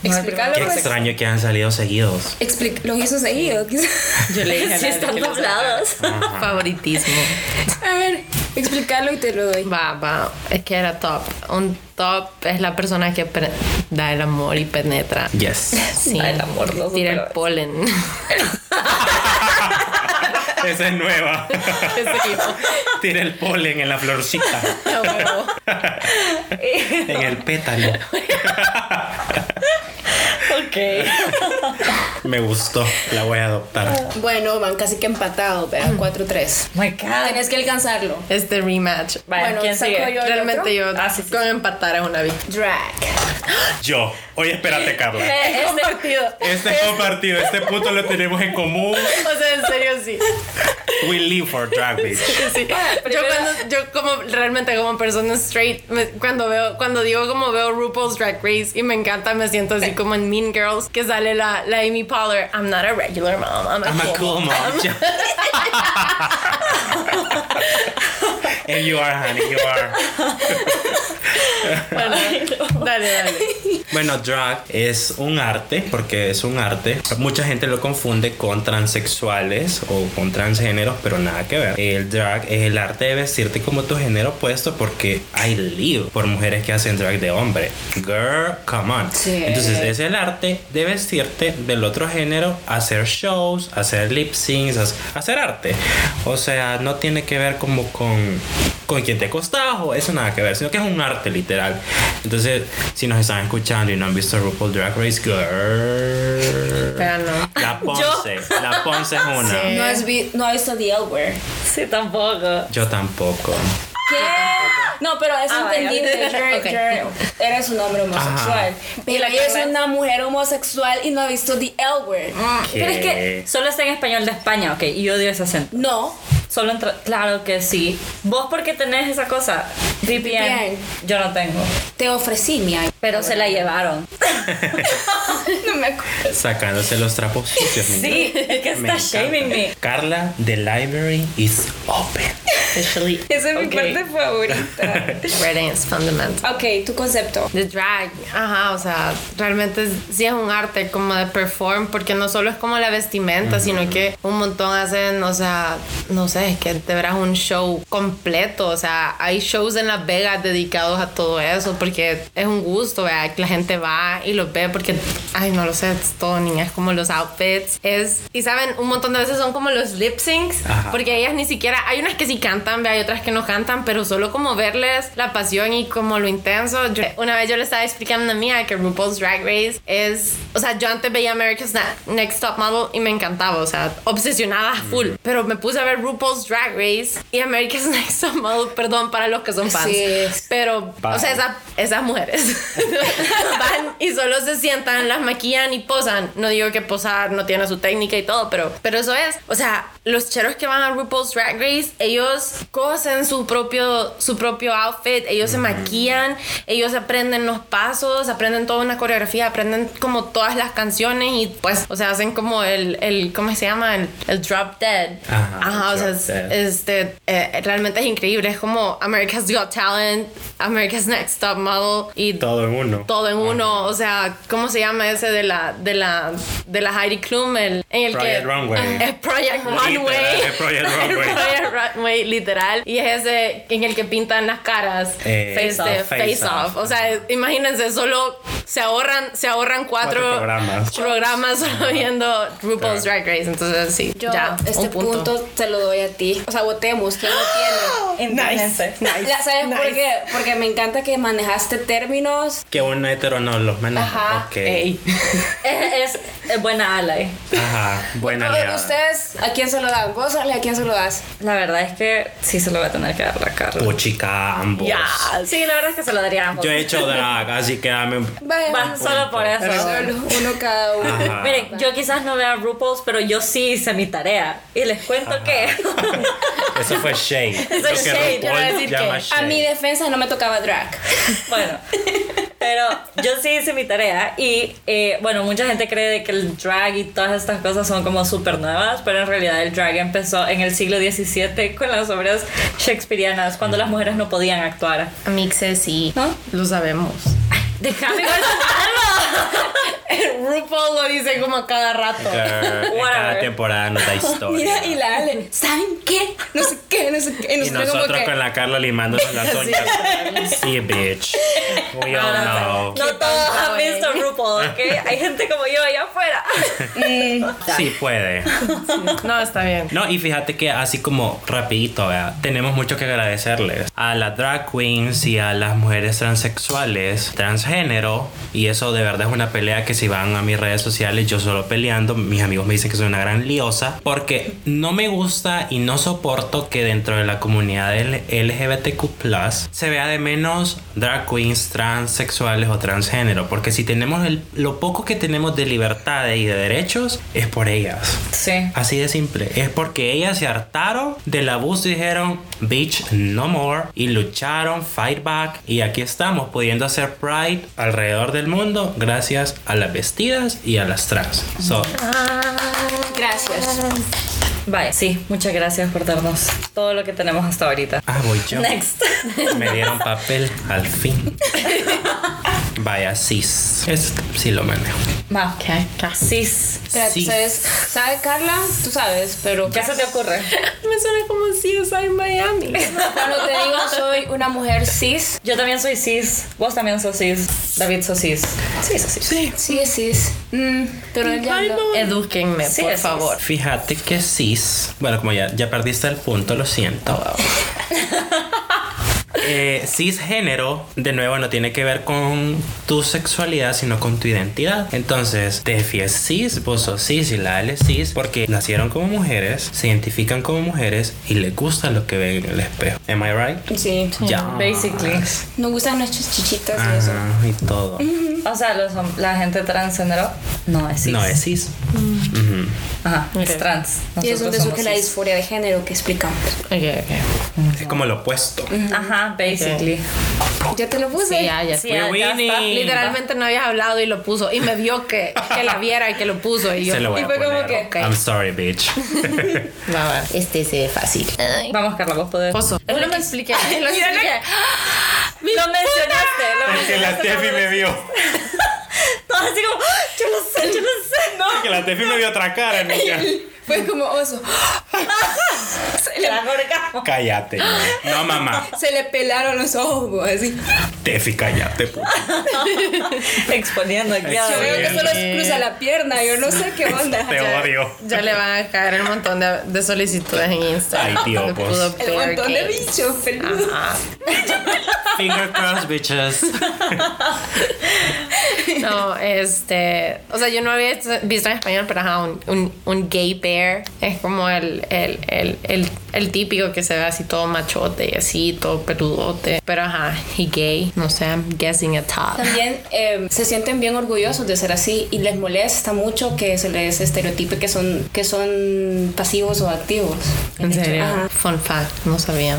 Speaker 2: explicarlo,
Speaker 3: Qué
Speaker 2: pues.
Speaker 3: extraño que han salido seguidos.
Speaker 2: Expli- los hizo seguido. quizás.
Speaker 4: Yo le dije
Speaker 1: [laughs]
Speaker 4: a
Speaker 1: Sí,
Speaker 4: Lara
Speaker 1: están
Speaker 4: que lo sacara.
Speaker 1: doblados.
Speaker 4: Favoritismo.
Speaker 2: [laughs] A ver, explicarlo y te lo doy.
Speaker 4: Va, va. Es que era top. Un top es la persona que pre- da el amor y penetra.
Speaker 1: [laughs]
Speaker 3: Yes.
Speaker 4: Sí.
Speaker 1: Da el amor, lo
Speaker 4: Tira el
Speaker 1: superó. [laughs]
Speaker 4: polen.
Speaker 3: Esa
Speaker 1: [laughs]
Speaker 3: es nueva.
Speaker 4: Sí,
Speaker 3: Tira el polen en
Speaker 1: [laughs]
Speaker 3: la florcita.
Speaker 4: no, a huevo.
Speaker 3: [laughs] En el pétalo.
Speaker 1: [laughs] [laughs] ok.
Speaker 3: Me gustó. La voy a adoptar.
Speaker 2: Bueno, van casi que empatados, vean, 4-3.
Speaker 1: Oh my God.
Speaker 2: Tenés que alcanzarlo.
Speaker 4: Este rematch.
Speaker 1: Vaya,
Speaker 2: bueno,
Speaker 1: ¿quién
Speaker 2: saco
Speaker 1: sigue?
Speaker 2: yo.
Speaker 4: Realmente yo
Speaker 1: Ah, sí, sí.
Speaker 4: con empatar es una victoria.
Speaker 2: Drag.
Speaker 3: Yo. Oye, espérate, Carla.
Speaker 1: Eh, este-
Speaker 3: Este es compartido. Este punto lo tenemos en común.
Speaker 4: O sea, en serio sí.
Speaker 3: We live for drag bitch.
Speaker 4: Sí. Yo
Speaker 1: primero-
Speaker 4: cuando yo como realmente como persona straight me- cuando veo cuando digo como veo RuPaul's Drag Race y me encanta me siento así como en Mean Girls que sale la, la Amy Poehler I'm not a regular mom I'm a,
Speaker 3: I'm a
Speaker 4: cool
Speaker 3: cool [laughs] mom. And you are, honey, you are.
Speaker 4: Bueno, [laughs] dale dale
Speaker 3: Bueno, drag es un arte, porque es un arte. Mucha gente lo confunde con transexuales o con transgéneros, pero nada que ver. El drag es el arte de vestirte como tu género opuesto, porque hay live por mujeres que hacen drag de hombre. Girl, come on.
Speaker 2: Sí.
Speaker 3: Entonces es el arte de vestirte del otro género, hacer shows, hacer lip syncs, hac- hacer arte. O sea, no tiene que ver como con con quien te acostás o eso nada que ver, sino que es un arte parte, literal. Entonces, si nos están escuchando y no han visto RuPaul Drag Race, girl.
Speaker 4: Pero no.
Speaker 1: [laughs]
Speaker 3: La Ponce, la Ponce es una.
Speaker 4: Sí.
Speaker 2: No, has vi- no ha visto The Elsewhere.
Speaker 1: Sí, tampoco.
Speaker 3: Yo tampoco.
Speaker 2: ¿Qué? No, pero es
Speaker 1: Ah, vaya.
Speaker 2: entendible. [laughs] Jer-
Speaker 4: Ok.
Speaker 2: Jer Eres un hombre homosexual. Pero ella es una mujer homosexual y no ha visto The L Word.
Speaker 1: Ah, Pero es
Speaker 3: ¿Qué?
Speaker 1: que solo está en español de España, ok, y yo odio ese acento.
Speaker 2: No.
Speaker 1: Solo entra- Claro que sí. ¿Vos por qué tenés esa cosa? VPN.
Speaker 2: VPN.
Speaker 1: Yo no tengo.
Speaker 2: Te ofrecí mi año.
Speaker 1: Pero se la llevaron.
Speaker 2: [laughs] no me acuerdo.
Speaker 3: Sacándose los trapos sucios. mi
Speaker 1: [laughs] Sí, es que
Speaker 3: [laughs] Me
Speaker 1: está
Speaker 3: encanta.
Speaker 1: shaming me.
Speaker 3: Carla, the library is open.
Speaker 4: Officially.
Speaker 2: Esa es
Speaker 1: Ok.
Speaker 2: mi parte favorita.
Speaker 4: Writing is fundamental.
Speaker 2: ok, tu concepto.
Speaker 4: The drag, ajá, o sea, realmente es- sí es un arte como de perform, porque no solo es como la vestimenta, sino que un montón hacen, o sea, no sé, es que te verás un show completo, o sea, hay shows en Las Vegas dedicados a todo eso, porque es un gusto, ¿verdad? Que la gente va y los ve, porque, ay, no lo sé, es todo, niñas, como los outfits, es, y saben, un montón de veces son como los lip syncs,
Speaker 3: Ajá.
Speaker 4: porque ellas ni siquiera, hay unas que sí cantan, ve, hay otras que no cantan, pero solo como verles la pasión y como lo intenso. yo- una vez yo le estaba explicando a una amiga que RuPaul's Drag Race es, o sea, yo antes veía America's Na- Next Top Model y me encantaba, o sea, obsesionada a full, pero me puse a ver RuPaul's Drag Race y America's [laughs] Next Top Model, perdón para los que son fans,
Speaker 2: Sí.
Speaker 4: pero,
Speaker 3: Bye.
Speaker 4: o sea, esa-
Speaker 3: [laughs]
Speaker 4: esas mujeres van y solo se sientan, las maquillan y posan. No digo que posar no tiene su técnica y todo, pero, pero eso es. O sea, los cheros que van a RuPaul's Drag Race, ellos cosen su propio, su propio outfit, ellos se maquillan, ellos aprenden los pasos, aprenden toda una coreografía, aprenden como todas las canciones y pues, o sea, hacen como el, el ¿cómo se llama? El, el drop dead.
Speaker 3: Ajá,
Speaker 4: o sea,
Speaker 3: drop
Speaker 4: es-
Speaker 3: dead.
Speaker 4: este, eh, realmente es increíble. Es como America's Got Talent, America's Next Top Model y
Speaker 3: Todo en uno.
Speaker 4: todo en uno, o sea, ¿cómo se llama ese de la de la de la Heidi Klum el, en el
Speaker 3: Project
Speaker 4: que
Speaker 3: Runway.
Speaker 4: [laughs] es Project
Speaker 3: Literal,
Speaker 4: Runway, [laughs]
Speaker 3: es Project
Speaker 4: Es
Speaker 3: Runway.
Speaker 4: Project Runway, literal y es ese en el que pintan las caras,
Speaker 3: Eh,
Speaker 4: Face
Speaker 3: Face
Speaker 4: Off,
Speaker 3: Off.
Speaker 4: Face Off, o sea, imagínense solo se ahorran se ahorran cuatro,
Speaker 3: Cuatro programas.
Speaker 4: programas [laughs] solo viendo RuPaul's Drag Race, entonces sí,
Speaker 2: Yo
Speaker 4: ya
Speaker 2: este
Speaker 4: un punto.
Speaker 2: punto. te lo doy a ti. O sea, votemos. ¿Quién lo tiene?
Speaker 1: Entonces,
Speaker 2: La- ¿Sabes por qué? Porque me encanta que manejaste términos.
Speaker 3: Que un hetero no los maneja.
Speaker 2: Ajá,
Speaker 3: Ok.
Speaker 4: Ey.
Speaker 1: [laughs] es, es- es buena ally.
Speaker 3: Ajá. Buena aliada.
Speaker 2: ¿Ustedes a quién se lo dan? ¿Vos, Ale, a quién se lo das?
Speaker 1: La verdad es que sí se lo va a tener que dar la Carla.
Speaker 3: Puchica, ambos.
Speaker 1: Sí, la verdad es que se lo daría a ambos.
Speaker 3: Yo he hecho drag, así que dame un- Ah.
Speaker 2: Vaya,
Speaker 1: Va, solo por eso.
Speaker 2: solo uno cada uno.
Speaker 3: Ajá.
Speaker 1: Miren, yo quizás no vea RuPaul's, pero yo sí hice mi tarea. Y les cuento que.
Speaker 3: Eso fue Shane.
Speaker 1: [laughs] Eso es shade, yo iba a decir que-
Speaker 2: A mi defensa no me tocaba drag.
Speaker 1: Bueno, pero yo sí hice mi tarea y eh, bueno, mucha gente cree de que el drag y todas estas cosas son como súper nuevas, pero en realidad el drag empezó en el siglo XVII con las obras shakespearianas, cuando las mujeres no podían actuar.
Speaker 4: Mixe sí,
Speaker 1: ¿No?
Speaker 4: lo sabemos.
Speaker 1: [laughs] Déjame contarlo.
Speaker 4: [laughs] RuPaul lo dice como a cada rato.
Speaker 3: cada
Speaker 1: Whatever. [laughs]
Speaker 3: temporada nos da historia.
Speaker 2: Mira, y la Ale, ¿saben qué? No sé qué, no sé qué.
Speaker 3: Y nosotros con la Carla limándonos
Speaker 1: [laughs]
Speaker 3: las uñas. Sí, bitch. We all know.
Speaker 1: Ah, No todos han visto RuPaul, ¿ok? Hay gente como yo allá afuera.
Speaker 3: Sí puede.
Speaker 4: No, está bien.
Speaker 3: No, y fíjate que así como rapidito, ¿verdad? tenemos mucho que agradecerles a las drag queens y a las mujeres transexuales, transgénero, y eso de verdad es una pelea que si van a mis redes sociales, yo solo peleando, mis amigos me dicen que soy una gran liosa, porque no me gusta y no soporto que dentro de la comunidad L- LGBTQ se vea de menos drag queens transexuales o transgénero, porque si tenemos el- lo poco que tenemos de libertades y de derechos, es por ellas.
Speaker 1: Sí.
Speaker 3: Así de simple. Es porque ellas se hartaron del abuso y dijeron, bitch, no more. Y lucharon, fight back. Y aquí estamos pudiendo hacer Pride alrededor del mundo gracias a las vestidas y a las trans.
Speaker 2: [laughs]
Speaker 3: So,
Speaker 2: Gracias.
Speaker 1: Vale, sí, muchas gracias por darnos todo lo que tenemos hasta ahorita.
Speaker 3: ah, voy
Speaker 1: [laughs]
Speaker 3: yo.
Speaker 1: Next.
Speaker 3: Me dieron papel
Speaker 2: [laughs]
Speaker 3: al fin. Vaya, cis. Es, sí lo manejo.
Speaker 1: Va.
Speaker 4: Okay.
Speaker 1: Cis.
Speaker 2: Espérate,
Speaker 3: Sí.
Speaker 2: ¿sabes? ¿Sabe Carla? Tú sabes, pero
Speaker 1: ¿Qué se te ocurre?
Speaker 4: Me suena como CSI Miami.
Speaker 2: cuando te digo soy una mujer cis,
Speaker 1: Yo también soy cis, vos también sos cis, David sos cis. Sí, sos cis.
Speaker 3: Sí.
Speaker 2: sí es cis. Mm, pero él ya no. Eh,
Speaker 4: Edúquenme,
Speaker 1: Sí,
Speaker 4: por
Speaker 1: eso es.
Speaker 4: favor.
Speaker 3: Fíjate que cis. Bueno, como ya, ya perdiste el punto, lo siento. [laughs] eh, cisgénero, de nuevo, no tiene que ver con tu sexualidad, sino con tu identidad. Entonces, Tefi es cis, vos sos cis y la L es cis porque nacieron como mujeres, se identifican como mujeres y les gusta lo que ven en el espejo. ¿Am I right?
Speaker 2: Sí.
Speaker 3: Ya.
Speaker 1: Mm, Basically.
Speaker 2: Nos gustan nuestras chichitas y eso.
Speaker 3: Ajá, y todo.
Speaker 4: Mm,
Speaker 1: O sea, los hom- la gente transgénero no es cis.
Speaker 3: No es cis.
Speaker 4: Mm.
Speaker 3: Ujú.
Speaker 1: Ajá,
Speaker 4: Ok.
Speaker 1: es trans.
Speaker 2: Y es donde
Speaker 1: Nosotros somos
Speaker 2: surge la
Speaker 1: cis.
Speaker 2: disforia de género que explicamos.
Speaker 4: Ok, ok.
Speaker 3: Es como lo opuesto.
Speaker 4: Mm.
Speaker 1: Ajá, basically.
Speaker 2: Ya te lo puse. [laughs]
Speaker 4: Sí, ya, ya.
Speaker 1: Sí,
Speaker 3: We're
Speaker 1: Ah, ya está.
Speaker 3: winning.
Speaker 4: Literalmente no habías hablado y lo puso. Y me vio que, que la viera y que lo puso. Y yo,
Speaker 3: Se lo voy
Speaker 4: y
Speaker 3: a
Speaker 4: fue como
Speaker 3: poner.
Speaker 4: que, ok.
Speaker 3: I'm sorry,
Speaker 4: [laughs]
Speaker 3: bitch.
Speaker 4: Va, va.
Speaker 5: Este se ve
Speaker 1: eh,
Speaker 5: fácil.
Speaker 1: Vamos, Carla, vos podés.
Speaker 4: Oso. Yo no me expliqué. Lo expliqué.
Speaker 1: Lo mencionaste, lo
Speaker 3: que
Speaker 1: mencionaste.
Speaker 3: la Tefi me vio.
Speaker 1: Todos así como, ¡Ah! yo lo sé, yo lo sé, [laughs] no.
Speaker 3: Que la Tefi me vio otra
Speaker 1: [laughs]
Speaker 3: cara, niña.
Speaker 2: Fue como oso.
Speaker 1: Se le ahorcamos.
Speaker 3: Cállate. güey. No, mamá.
Speaker 2: Se le pelaron los ojos, güey, así.
Speaker 3: Tefi, cállate. puta.
Speaker 1: [laughs] Exponiendo aquí. a-
Speaker 2: Yo veo que
Speaker 3: bien.
Speaker 2: solo cruza la pierna, yo no sé qué onda.
Speaker 3: Te
Speaker 2: Ya.
Speaker 3: odio.
Speaker 4: Ya le van a caer un montón de, de solicitudes en Instagram.
Speaker 3: Ay, tío,
Speaker 4: De
Speaker 3: pues.
Speaker 4: [laughs] pudo
Speaker 2: El
Speaker 4: bear
Speaker 2: montón de
Speaker 4: gays.
Speaker 2: bichos peludos.
Speaker 4: Ah,
Speaker 3: Finger crossed, bitches.
Speaker 4: no, este. O sea, yo no había visto- visto en español, pero ajá, un, un, un gay bear es como el, el, el, el, el típico que se ve así todo machote y así, todo peludote. Pero ajá, he gay. No sé, I'm guessing a top.
Speaker 2: También eh, se sienten bien orgullosos de ser así y les molesta mucho que se les estereotipe que son, que son pasivos o activos.
Speaker 4: En serio.
Speaker 2: Ajá.
Speaker 4: Fun fact, no sabía.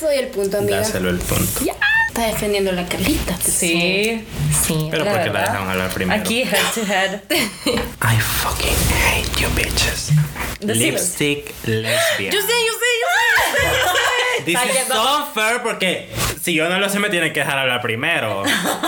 Speaker 2: Soy el punto, amiga.
Speaker 3: [laughs] Dáselo el punto.
Speaker 2: Ya, está defendiendo la pues, Carlita.
Speaker 1: Sí,
Speaker 4: Sí.
Speaker 3: Pero
Speaker 1: la
Speaker 3: porque la
Speaker 1: verdad.
Speaker 3: dejaron hablar primero.
Speaker 1: Aquí, head to head.
Speaker 3: I fucking hate you, bitches.
Speaker 1: Decilo.
Speaker 3: Lipstick lesbian.
Speaker 1: sé, yo sé, yo sé.
Speaker 3: [laughs] This is so fair porque si yo no lo sé, me tienen que dejar
Speaker 1: [laughs]
Speaker 3: hablar primero.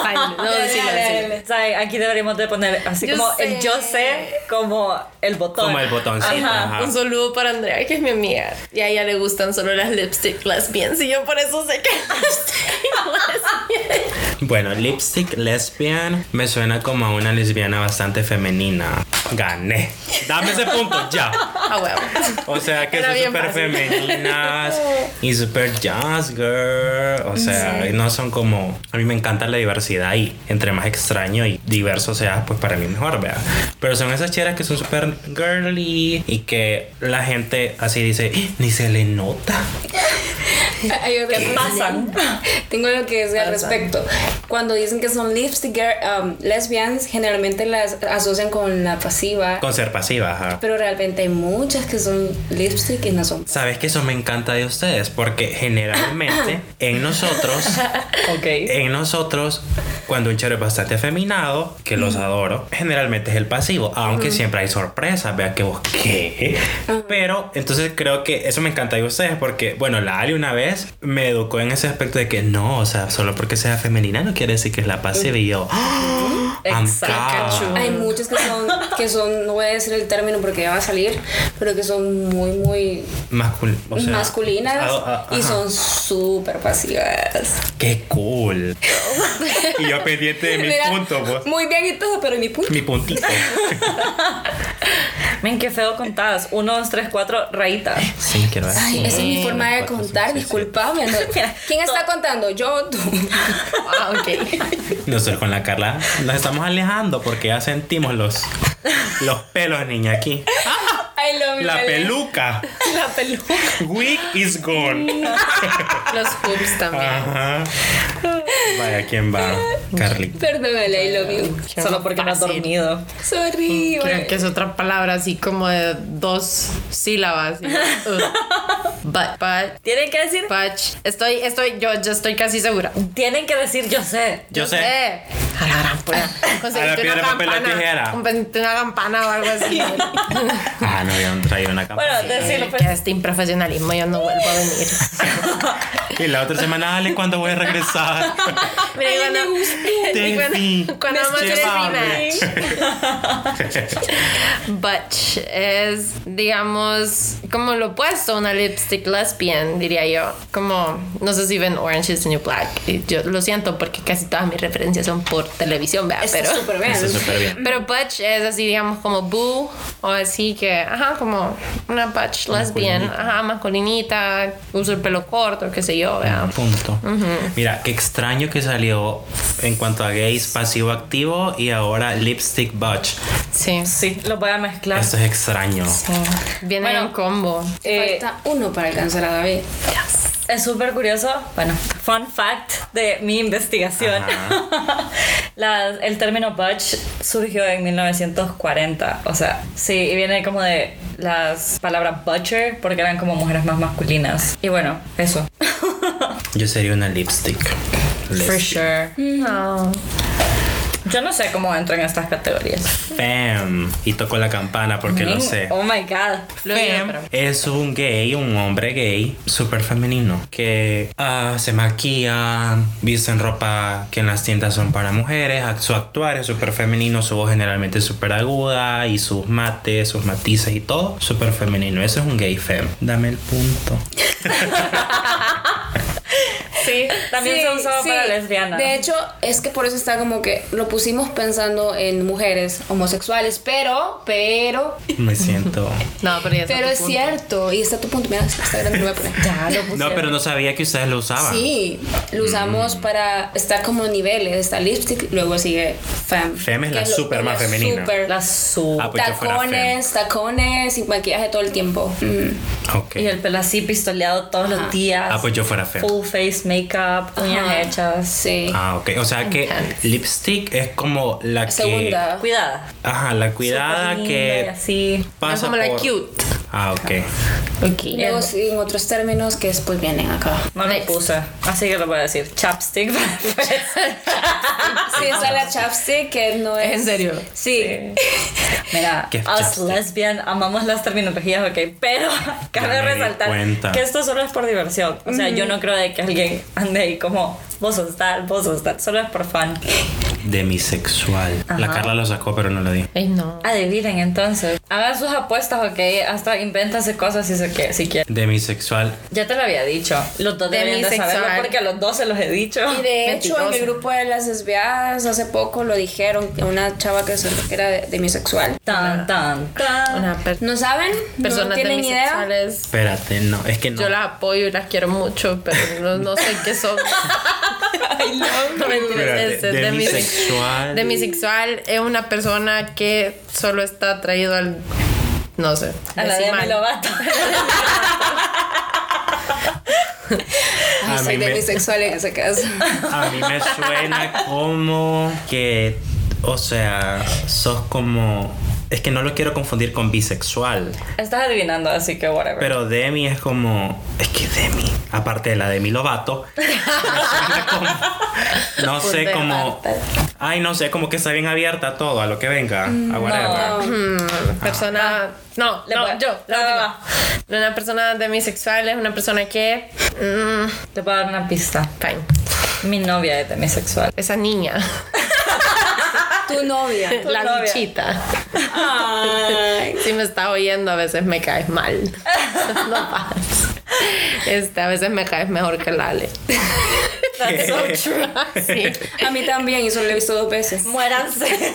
Speaker 4: Ay, no, decilo, decilo.
Speaker 1: O sea, aquí deberíamos de poner así
Speaker 4: Yo
Speaker 1: como
Speaker 4: sé.
Speaker 1: el yo sé como el botón.
Speaker 3: Como el botoncito.
Speaker 1: Ajá.
Speaker 3: Ajá.
Speaker 4: Un saludo para Andrea, que es mi amiga. Y a ella le gustan solo las lipstick lesbians. Y yo por eso sé que lipstick [laughs] lesbian.
Speaker 3: Bueno, lipstick lesbian me suena como a una lesbiana bastante femenina. Gané. Dame ese punto ya.
Speaker 4: Ah, huevo.
Speaker 3: O sea que
Speaker 4: Era
Speaker 3: son
Speaker 4: bien
Speaker 3: súper
Speaker 4: fácil.
Speaker 3: femeninas
Speaker 4: [laughs]
Speaker 3: y súper jazz girl. O sea, y no son como. A mí me encanta la diversidad y entre más extraño y diverso seas, pues para mí mejor, ¿verdad? Pero son esas cheras que son súper girly y que la gente así dice, "¡Ah! ni se le nota.
Speaker 2: Hay otra cosa.
Speaker 1: pasan?
Speaker 2: [laughs] Tengo lo que decir al respecto. Cuando dicen que son lipstick girl, um, lesbians, generalmente las asocian con la pasiva.
Speaker 3: Con ser pasiva, ajá.
Speaker 2: Pero realmente hay muchas que son lipstick y no son.
Speaker 3: Sabes que eso me encanta de ustedes
Speaker 2: [laughs]
Speaker 3: porque generalmente en nosotros
Speaker 1: Ok.
Speaker 3: En nosotros, cuando un chero es bastante afeminado, que los adoro, generalmente es el pasivo, aunque siempre hay sorpresas, vea que vos qué. Pero entonces creo que eso me encanta de ustedes porque, bueno, la Ali una vez me educó en ese aspecto de que no, o sea, solo porque sea femenina no quiere decir que es la pasiva y yo. ¡ah! I'm
Speaker 1: Exacto.
Speaker 3: God.
Speaker 2: Hay muchas que son, que son, no voy a decir el término porque ya va a salir, pero que son muy, muy
Speaker 3: Mascul- o sea,
Speaker 2: masculinas
Speaker 3: ah, ah,
Speaker 2: y
Speaker 3: ajá.
Speaker 2: son súper pasivas.
Speaker 3: Qué cool. y yo pendiente de mi
Speaker 2: Mira,
Speaker 3: punto, pues.
Speaker 2: Muy bien y todo, pero mi punto.
Speaker 3: Mi puntito.
Speaker 1: Men, qué feo contadas. Uno, dos, tres, cuatro, rayitas.
Speaker 3: Sí, quiero ver.
Speaker 2: Ay, esa es mi forma de
Speaker 3: Cuatro, cinco,
Speaker 2: contar,
Speaker 3: seis,
Speaker 2: disculpame. no. ¿Quién está contando? Yo o tú. [laughs]
Speaker 4: Ah, ok.
Speaker 3: Nosotros con la Carla nos estamos alejando porque ya sentimos los, los pelos, niña, aquí.
Speaker 2: Ay, lo
Speaker 3: La
Speaker 2: me-
Speaker 3: peluca.
Speaker 2: La peluca.
Speaker 3: Wig is gone.
Speaker 4: Los hoops también.
Speaker 3: Ajá. Vaya, ¿quién va? Carly.
Speaker 2: Perdónale, I love you.
Speaker 1: Solo porque no has
Speaker 4: fácil.
Speaker 1: dormido.
Speaker 2: Sorry.
Speaker 3: Mm,
Speaker 4: Creo que es otra palabra así como de dos sílabas. y yo, uh. But, but,
Speaker 1: Tienen que decir,
Speaker 4: but. Estoy, estoy, yo ya estoy casi segura.
Speaker 1: tienen que decir yo sé.
Speaker 3: Yo sé.
Speaker 4: Eh, A la gran puta.
Speaker 3: A la
Speaker 4: Conseguiste una
Speaker 3: piedra, papel o
Speaker 4: campana.
Speaker 3: tijera.
Speaker 4: Conseguiste una campana o algo así. [laughs]
Speaker 3: Ah, no habían traído una cama.
Speaker 1: Bueno, decirlo, pues.
Speaker 4: Que este improfesionalismo yo no vuelvo a venir.
Speaker 3: Y la otra semana, Ale, ¿cuándo voy
Speaker 2: [laughs]
Speaker 3: a regresar?
Speaker 4: [laughs] Mira, y cuando, y
Speaker 3: Tefi.
Speaker 4: cuando, cuando vamos a hacer el rematch. Butch es, digamos, como lo opuesto a una lipstick lesbian, diría yo. Como, no sé si ven Orange is the New Black. Y yo lo siento porque casi todas mis referencias son por por televisión, vea,
Speaker 2: Está
Speaker 4: pero.
Speaker 2: súper bien.
Speaker 3: Está súper bien.
Speaker 4: [laughs] Pero butch es así, digamos, como boo, o así que, ajá, como una butch lesbian,
Speaker 3: masculinita.
Speaker 4: ajá, masculinita, usa el pelo corto, qué sé yo, vea.
Speaker 3: Ah, Punto. Mira, qué extraño que salió en cuanto a gays pasivo-activo y ahora lipstick butch.
Speaker 4: Sí,
Speaker 1: Sí, lo voy a mezclar.
Speaker 3: Esto es extraño.
Speaker 4: sí. Viene
Speaker 1: Bueno,
Speaker 4: en combo.
Speaker 1: Eh,
Speaker 2: Falta uno para alcanzar a David.
Speaker 1: Es súper curioso, bueno, fun fact de mi investigación. [laughs] Las- el término butch surgió en 1940, o sea, sí, y viene como de las palabras butcher porque eran como mujeres más masculinas. Y bueno, eso.
Speaker 3: Yo sería una lipstick.
Speaker 1: For
Speaker 3: Les-
Speaker 1: sure.
Speaker 4: No.
Speaker 1: Yo no sé cómo entro en estas categorías.
Speaker 3: Fem. Y tocó la campana porque lo
Speaker 1: Mm,
Speaker 3: sé.
Speaker 1: Oh my god.
Speaker 4: Lo digo, pero-
Speaker 3: Es un gay, un hombre gay, súper femenino, que ah, se maquilla, viste en ropa que en las tiendas son para mujeres, act- su actuar es súper femenino, su voz generalmente es súper aguda y sus mates, sus matices y todo, súper femenino. Eso es un gay fem. Dame el punto.
Speaker 1: Sí, también
Speaker 2: Sí,
Speaker 1: se usaba
Speaker 2: sí.
Speaker 1: para lesbianas.
Speaker 2: De hecho, es que por eso está como que lo pusimos pensando en mujeres homosexuales, pero, pero,
Speaker 3: Me siento...
Speaker 4: No, pero ya está
Speaker 2: pero
Speaker 4: tu
Speaker 2: es
Speaker 4: punto.
Speaker 2: cierto. Y está tu punto, mira, está grande, lo voy a poner.
Speaker 1: Ya, lo
Speaker 3: No,
Speaker 1: pusieron.
Speaker 3: pero no sabía que ustedes lo usaban.
Speaker 2: Sí, lo usamos
Speaker 3: Mm.
Speaker 2: para. Está como niveles. Está lipstick, luego sigue femme.
Speaker 3: Femme es
Speaker 2: que
Speaker 3: la
Speaker 2: lo-
Speaker 3: super más
Speaker 2: la
Speaker 3: femenina.
Speaker 2: super-
Speaker 1: La su.
Speaker 3: Ah, pues yo fuera
Speaker 2: tacones, tacones y maquillaje todo el tiempo. Mm.
Speaker 3: Ok.
Speaker 1: Y el pelo así pistoleado todos los días.
Speaker 3: Ah, pues yo fuera fem.
Speaker 1: Full face makeup, uñas
Speaker 2: Ajá.
Speaker 1: hechas.
Speaker 2: Sí.
Speaker 3: Ah, ok. O sea que lipstick es como la que...
Speaker 2: Segunda.
Speaker 1: Cuidada.
Speaker 3: Ajá, la cuidada
Speaker 1: Súper linda y
Speaker 3: que
Speaker 1: Así.
Speaker 3: pasa
Speaker 4: Es como la
Speaker 3: por-
Speaker 4: cute.
Speaker 3: Ah, ok.
Speaker 2: Y
Speaker 4: Ok.
Speaker 2: luego siguen otros términos que después vienen acá.
Speaker 1: No lo puse, así que lo voy a decir. Chapstick. [laughs]
Speaker 2: Ah, Sí, está la chapstick que no es.
Speaker 4: En serio.
Speaker 1: sí. Mira,
Speaker 3: ¿Qué es
Speaker 1: us
Speaker 3: chapstick?
Speaker 1: lesbian amamos las terminologías, ok, pero
Speaker 3: [laughs]
Speaker 1: cabe
Speaker 3: me di
Speaker 1: resaltar
Speaker 3: cuenta.
Speaker 1: que esto solo es por diversión. O sea,
Speaker 2: Mm.
Speaker 1: yo no creo de que alguien ande ahí como vos sos tal, vos sos tal. Solo es por fan.
Speaker 3: Demisexual. La Carla lo sacó, pero no lo dijo.
Speaker 4: Ay, no.
Speaker 1: Adivinen entonces. Hagan sus apuestas, ok. Hasta invéntase cosas si, se que, si quieren.
Speaker 3: Demisexual.
Speaker 1: Ya te lo había dicho. Los dos deberían de
Speaker 4: Demisexual.
Speaker 1: saberlo porque a los dos se los he dicho.
Speaker 2: Y de hecho, en el
Speaker 1: Mentirosa.
Speaker 2: grupo de las desviadas hace poco lo dijeron que una chava que se- que era de- demisexual.
Speaker 1: Tan, tan, tan.
Speaker 4: Una per-
Speaker 2: ¿No saben? ¿No
Speaker 4: personas
Speaker 2: tienen idea?
Speaker 4: demisexuales.
Speaker 3: Espérate, no. Es que no.
Speaker 4: Yo las apoyo y las quiero mucho, pero no, no sé
Speaker 1: [laughs]
Speaker 4: qué son. Ay, no, mentiras.
Speaker 3: Espérate,
Speaker 4: Este,
Speaker 3: demisexual.
Speaker 4: Demisexual es una persona que solo está atraído al. No sé.
Speaker 1: A la de
Speaker 4: decimal.
Speaker 1: mi
Speaker 4: [laughs]
Speaker 1: Lovato.
Speaker 2: Ay,
Speaker 3: A
Speaker 2: soy
Speaker 3: mí me-
Speaker 2: demisexual en ese caso.
Speaker 3: A mí me suena como que. O sea, sos como. Es que no lo quiero confundir con bisexual.
Speaker 1: Estás adivinando, así que whatever.
Speaker 3: Pero Demi es como. Es que Demi. Aparte de la Demi Lovato. me suena como- no sé
Speaker 4: Punto
Speaker 3: como. Ay, no sé, como que está bien abierta a todo, a lo que venga. A
Speaker 4: Mm,
Speaker 3: whatever.
Speaker 4: persona. No,
Speaker 1: Ah, Le
Speaker 4: no,
Speaker 1: voy-
Speaker 4: yo. La
Speaker 1: va,
Speaker 4: última. Una persona demisexual es una persona que. mm,
Speaker 1: Te puedo dar una pista.
Speaker 4: fine.
Speaker 1: Mi novia es demisexual.
Speaker 4: Esa niña.
Speaker 2: [laughs] Tu novia.
Speaker 1: [laughs] Tu
Speaker 4: La
Speaker 1: novia.
Speaker 4: bichita. Si me estás oyendo, a veces me caes mal. [laughs] No pasa. Este, a veces me caes mejor que Lale.
Speaker 1: That's so
Speaker 4: [laughs]
Speaker 1: true.
Speaker 4: Sí.
Speaker 2: A mí también, y solo lo he visto dos veces.
Speaker 1: Muéranse.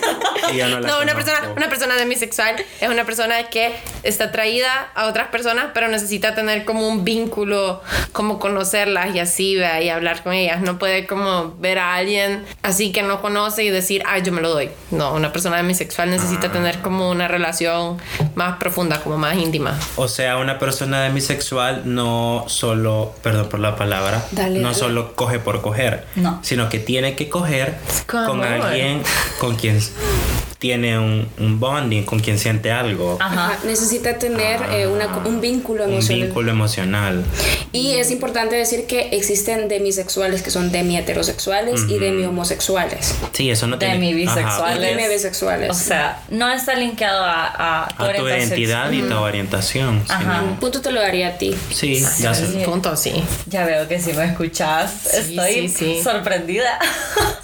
Speaker 3: Y yo no la
Speaker 4: No, una
Speaker 3: conozco.
Speaker 4: persona, una persona demisexual es una persona que está atraída a otras personas, pero necesita tener como un vínculo, como conocerlas y así, vea, y hablar con ellas. No puede como ver a alguien así que no conoce y decir, ah, yo me lo doy. No, una persona demisexual
Speaker 3: Ah.
Speaker 4: necesita tener como una relación más profunda, como más íntima.
Speaker 3: O sea, una persona demisexual no solo, perdón por la palabra,
Speaker 2: Dale,
Speaker 3: no
Speaker 2: dale.
Speaker 3: solo coge por coger,
Speaker 1: No.
Speaker 3: sino que tiene que coger
Speaker 4: Con
Speaker 3: con
Speaker 4: amor.
Speaker 3: alguien con quien tiene un, un bonding, con quien siente algo,
Speaker 1: Ajá.
Speaker 2: Ajá, Necesita tener Ah, eh, una co- un vínculo
Speaker 3: un
Speaker 2: emocional.
Speaker 3: vínculo emocional.
Speaker 2: Y es importante decir que existen demisexuales que son demi heterosexuales y demi homosexuales.
Speaker 3: Sí, eso no tiene.
Speaker 1: Demi bisexual.
Speaker 2: Y
Speaker 1: Les-
Speaker 2: demi bisexuales.
Speaker 1: O sea, no está linkeado a, a tu,
Speaker 3: Ajá, a tu
Speaker 1: orientación
Speaker 3: identidad y tu orientación.
Speaker 1: Ajá.
Speaker 3: sino-
Speaker 2: punto te lo daría a ti.
Speaker 3: sí, ya sé.
Speaker 4: Punto, sí.
Speaker 1: Ya veo que si me escuchas, estoy
Speaker 4: sí, sí. [laughs]
Speaker 1: sorprendida.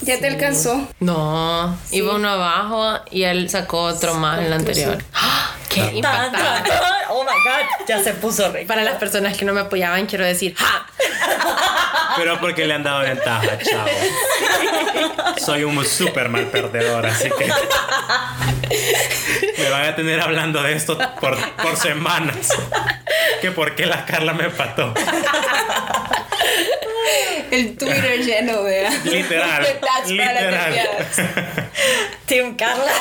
Speaker 2: Ya te alcanzó.
Speaker 4: No, iba uno abajo y él sacó otro más en la anterior. ¡Ah! ¡Qué
Speaker 1: Tan,
Speaker 4: impactante!
Speaker 1: tan, tan. Oh my god, ya se puso rico.
Speaker 4: Para las personas que no me apoyaban, quiero decir, ¡ja!
Speaker 3: Pero porque le han dado ventaja, chavo. Soy un súper mal perdedor, así que. Me van a tener hablando de esto por, por semanas. Que por qué la Carla me empató.
Speaker 2: El
Speaker 3: [laughs]
Speaker 2: Twitter lleno, vea. [laughs]
Speaker 3: Literal.
Speaker 2: De tats para
Speaker 3: literal.
Speaker 2: desviadas.
Speaker 1: Team Carla.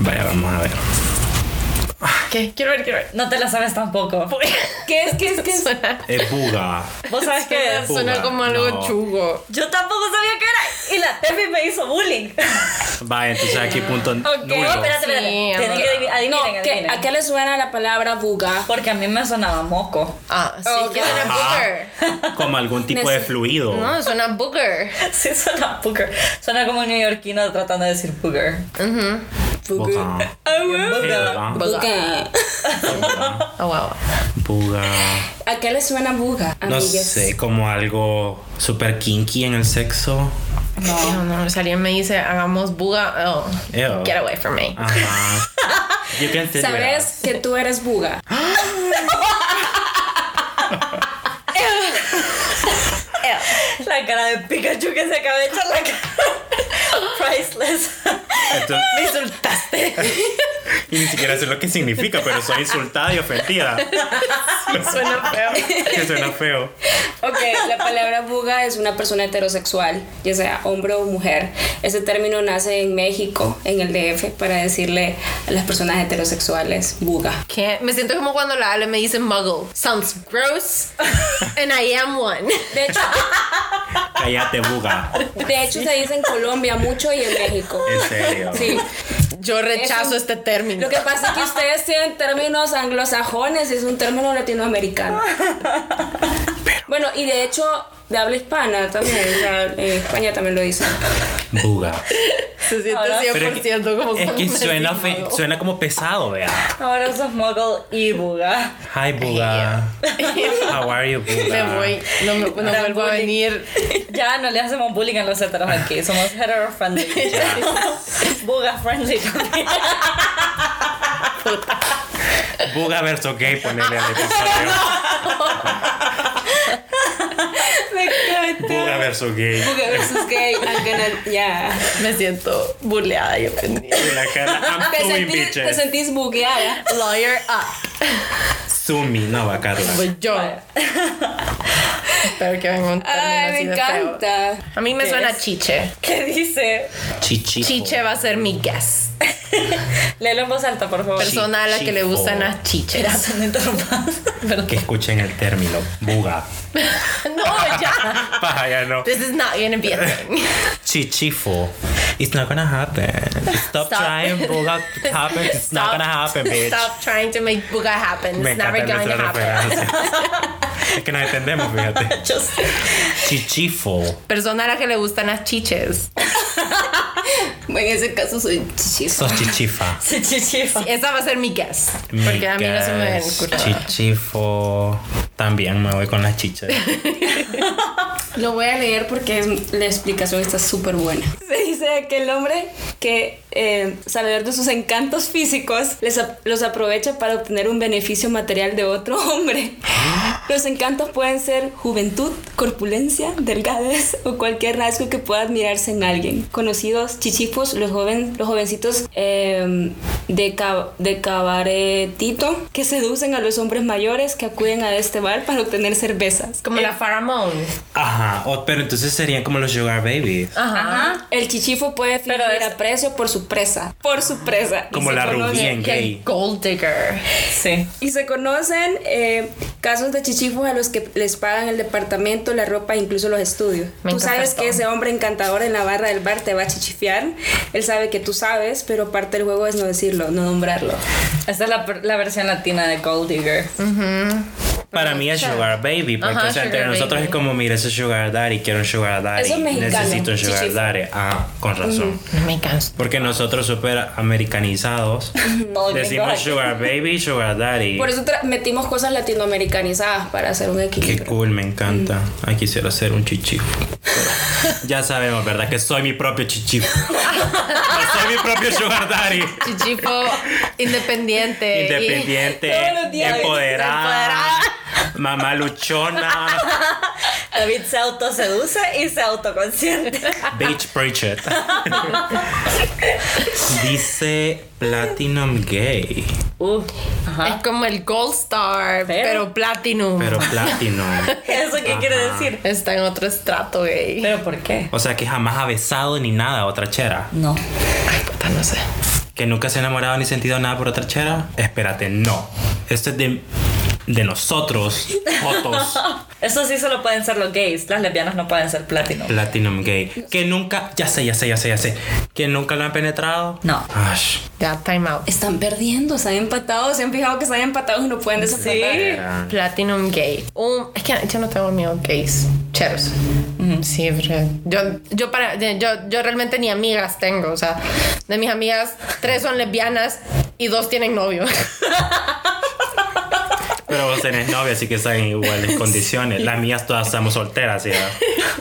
Speaker 3: Vaya, vamos a ver.
Speaker 4: ¿Qué? [laughs] Quiero ver, quiero ver.
Speaker 1: No te la sabes tampoco.
Speaker 2: ¿Qué es? ¿Qué es? ¿Qué es?
Speaker 3: Es buga.
Speaker 1: Vos
Speaker 4: [laughs]
Speaker 1: sabes que
Speaker 4: Suena, suena
Speaker 3: Fuga,
Speaker 4: como algo
Speaker 3: no.
Speaker 4: chugo.
Speaker 1: yo tampoco sabía qué era. Y la Tefi me hizo bullying. [laughs]
Speaker 3: Vaya, entonces aquí punto
Speaker 1: No,
Speaker 3: nulo.
Speaker 1: espérate, espérate.
Speaker 4: Sí,
Speaker 1: Tienen que adivi- adivinen,
Speaker 2: No, ¿qué-
Speaker 1: adivinen.
Speaker 2: ¿a qué le suena la palabra buga?
Speaker 1: Porque a mí me sonaba moco. [laughs]
Speaker 4: Ah, sí,
Speaker 2: Oh,
Speaker 4: que
Speaker 2: God.
Speaker 4: suena booger.
Speaker 3: Como algún tipo de
Speaker 2: Neces-
Speaker 3: fluido.
Speaker 4: No, suena booger.
Speaker 1: Sí, suena booger. Suena como un neoyorquino tratando de decir booger.
Speaker 3: Buga. Buga.
Speaker 2: Buga.
Speaker 3: Buga.
Speaker 4: Oh, wow.
Speaker 3: Buga.
Speaker 2: ¿A qué le suena buga,
Speaker 3: No
Speaker 2: amigues?
Speaker 3: sé, como algo super kinky en el sexo.
Speaker 4: No, no, si alguien me dice hagamos buga, oh,
Speaker 3: Ew.
Speaker 4: get away from me.
Speaker 3: Ajá. You can sit with us.
Speaker 2: ¿Sabes que tú eres buga?
Speaker 1: La cara de Pikachu que se acaba de echar la cara. [laughs] Priceless.
Speaker 3: Entonces,
Speaker 1: Me insultaste.
Speaker 3: y ni siquiera sé lo que significa, pero soy insultada y ofendida.
Speaker 4: Suena feo.
Speaker 3: Que suena feo.
Speaker 2: Ok, la palabra buga es una persona heterosexual, ya sea hombre o mujer. Este término nace en México, en el DF, para decirle a las personas heterosexuales buga.
Speaker 4: ¿Qué? Me siento como cuando la Ale me dice muggle. Sounds [laughs] gross, and I am one.
Speaker 2: De hecho,
Speaker 3: Cállate, buga.
Speaker 2: de hecho se dice en Colombia mucho y en México.
Speaker 3: En serio.
Speaker 2: Sí.
Speaker 4: Yo rechazo
Speaker 2: Eso-
Speaker 4: este término.
Speaker 2: Lo que pasa es que ustedes tienen términos anglosajones y es un término latinoamericano. Bueno, y de hecho, de habla hispana también. o sea, en España también lo dicen.
Speaker 3: Buga.
Speaker 4: Se siente
Speaker 1: Ahora-
Speaker 3: Pero
Speaker 4: 100%
Speaker 3: es que,
Speaker 4: como
Speaker 3: es que
Speaker 4: cuando me
Speaker 3: suena,
Speaker 4: dicen
Speaker 3: fe-
Speaker 4: muggle.
Speaker 3: suena como pesado, vea.
Speaker 1: Ahora sos mogul y buga.
Speaker 3: Hi, buga. How are you, buga?
Speaker 4: [laughs] Me voy, no, me, no
Speaker 1: Gran
Speaker 4: vuelvo a
Speaker 1: bullying.
Speaker 4: venir.
Speaker 1: Ya no le hacemos bullying a los heteros aquí. Somos hetero friendly. buga [laughs] friendly también.
Speaker 3: Buga versus gay, ponele al episodio.
Speaker 2: Me encanta.
Speaker 3: Buga versus gay.
Speaker 2: Buga versus gay, I'm gonna- yeah.
Speaker 4: Me siento burleada y ofendida.
Speaker 3: Y la cara, I'm
Speaker 2: Te
Speaker 3: suing
Speaker 2: sentís, te
Speaker 3: bitches.
Speaker 2: sentís bugueada.
Speaker 4: Lawyer up.
Speaker 3: Sumi, no va, Carla.
Speaker 4: Pues yo. [laughs] Espero que venga un término
Speaker 2: Ay, me
Speaker 4: así de feo.
Speaker 2: encanta.
Speaker 4: A mí me suena chiche.
Speaker 1: ¿Qué dice?
Speaker 3: Chichijo.
Speaker 4: Chiche va a ser mi guess.
Speaker 1: Léelo en voz alta, por favor.
Speaker 4: Persona a la que le
Speaker 3: Chichifo.
Speaker 4: gustan las chiches. [laughs]
Speaker 1: Gracias, no interrumpas. Perdón.
Speaker 3: Que escuchen el término buga.
Speaker 4: No, ya.
Speaker 3: Paja, ya no.
Speaker 4: This is not gonna be a thing.
Speaker 3: Chichifo. It's not gonna happen. Stop,
Speaker 4: Stop.
Speaker 3: trying buga to happen. It's not
Speaker 4: [laughs] Stop.
Speaker 3: gonna happen, bitch.
Speaker 4: Stop trying to make buga happen.
Speaker 3: Me
Speaker 4: It's never
Speaker 3: encanta
Speaker 4: going to
Speaker 3: nuestra
Speaker 4: happen.
Speaker 3: referencia. es que nos entendemos,
Speaker 4: [laughs]
Speaker 3: fíjate.
Speaker 1: Yo sé.
Speaker 3: Chichifo.
Speaker 4: Persona a la que le gustan las chiches.
Speaker 2: En ese caso soy chichis.
Speaker 3: Sos chichifa.
Speaker 1: Sí, sí, sí.
Speaker 4: Esa va a ser mi guess.
Speaker 3: Mi
Speaker 4: Ah. Porque a mí no se me ven
Speaker 3: gas, Chichifo. También me voy con las chiches.
Speaker 2: Lo voy a leer porque es- la explicación está súper buena. Se dice que el hombre que, eh, sabedor de sus encantos físicos, les ap- los aprovecha para obtener un beneficio material de otro [laughs] hombre. Los encantos pueden ser juventud, corpulencia, delgadez o cualquier rasgo que pueda admirarse en alguien. Conocidos chichifos, los, joven, los jovencitos eh, de, ca- de cabaretito que seducen a los hombres mayores que acuden a este bar para obtener cervezas.
Speaker 4: Como la Pharamond.
Speaker 3: Ajá. Oh, pero entonces serían como los sugar babies.
Speaker 4: Ah, Ajá.
Speaker 2: El chichifo puede fingir
Speaker 1: Pero es-
Speaker 2: aprecio por su presa. Por su presa. Y
Speaker 3: Como
Speaker 2: se
Speaker 3: la
Speaker 2: conocen-
Speaker 3: rubí en
Speaker 4: Y
Speaker 3: gay.
Speaker 4: el Gold Digger.
Speaker 1: Sí.
Speaker 2: Y se conocen eh, casos de chichifos a los que les pagan el departamento, la ropa e incluso los estudios.
Speaker 4: Me
Speaker 2: tú sabes
Speaker 4: encanta.
Speaker 2: que ese hombre encantador en la barra del bar te va a chichifear. Él sabe que tú sabes, pero parte del juego es no decirlo, no nombrarlo.
Speaker 1: Esta es la, la versión latina de Gold Digger.
Speaker 3: Mm. Para mí es Sugar Baby, porque
Speaker 4: Ajá,
Speaker 3: o sea, entre
Speaker 4: sugar
Speaker 3: nosotros
Speaker 4: baby.
Speaker 3: es como, mira, ese es Sugar Daddy, quiero un Sugar Daddy,
Speaker 2: Eso es mexicano,
Speaker 3: necesito un Sugar
Speaker 2: chichifo.
Speaker 3: Daddy. Ah, con razón.
Speaker 4: Me canso.
Speaker 3: Porque nosotros súper
Speaker 2: [laughs]
Speaker 3: americanizados
Speaker 1: Todo
Speaker 3: decimos
Speaker 1: gringo.
Speaker 3: Sugar Baby, Sugar Daddy.
Speaker 2: Por eso tra- metimos cosas latinoamericanizadas para hacer un
Speaker 3: Qué
Speaker 2: equilibrio.
Speaker 3: cool, me encanta.
Speaker 2: Mm.
Speaker 3: Ay, quisiera ser un chichifo. Pero ya sabemos, ¿verdad? Que soy mi
Speaker 2: [laughs]
Speaker 3: propio chichifo. No soy mi propio Sugar Daddy. [laughs]
Speaker 4: Chichifo independiente. y-
Speaker 3: Independiente,
Speaker 2: Todos los días.
Speaker 3: empoderada.
Speaker 4: Empoderada.
Speaker 3: Mamá luchona.
Speaker 1: David se autoseduce y se autoconsiente.
Speaker 3: [laughs] Bitch Pritchett. Dice Platinum Gay.
Speaker 1: Uh,
Speaker 4: Es como el Gold Star,
Speaker 1: Pero-
Speaker 4: pero, Platinum.
Speaker 3: Pero Platinum.
Speaker 1: ¿Eso qué quiere
Speaker 3: Ajá.
Speaker 1: decir?
Speaker 4: Está en otro estrato, güey.
Speaker 1: ¿Pero por qué?
Speaker 3: O sea que jamás ha besado ni nada a otra chera.
Speaker 1: No.
Speaker 4: Ay, puta, no sé.
Speaker 3: Que nunca se ha enamorado ni sentido nada por otra chera. Espérate, no. Esto es de, de nosotros, Jotos.
Speaker 1: Eso sí solo pueden ser los gays. Las lesbianas no pueden ser platino.
Speaker 3: Platinum Gay. Que nunca, ya sé, ya sé, ya sé, ya sé. Que nunca lo han penetrado.
Speaker 1: No.
Speaker 3: Ash.
Speaker 4: Ya, time out.
Speaker 2: Están perdiendo, están empatados. Se han fijado que están empatados y no pueden desempatar.
Speaker 4: Platinum Gay. Un- es que yo no tengo amigos gays. Cheros. Sí, pero yo, yo, para, yo, yo realmente ni amigas tengo. O sea, de mis amigas, tres son lesbianas y dos tienen novio. [laughs]
Speaker 3: Pero vos tenés novia, así que están en iguales condiciones. Las mías todas estamos solteras, ya.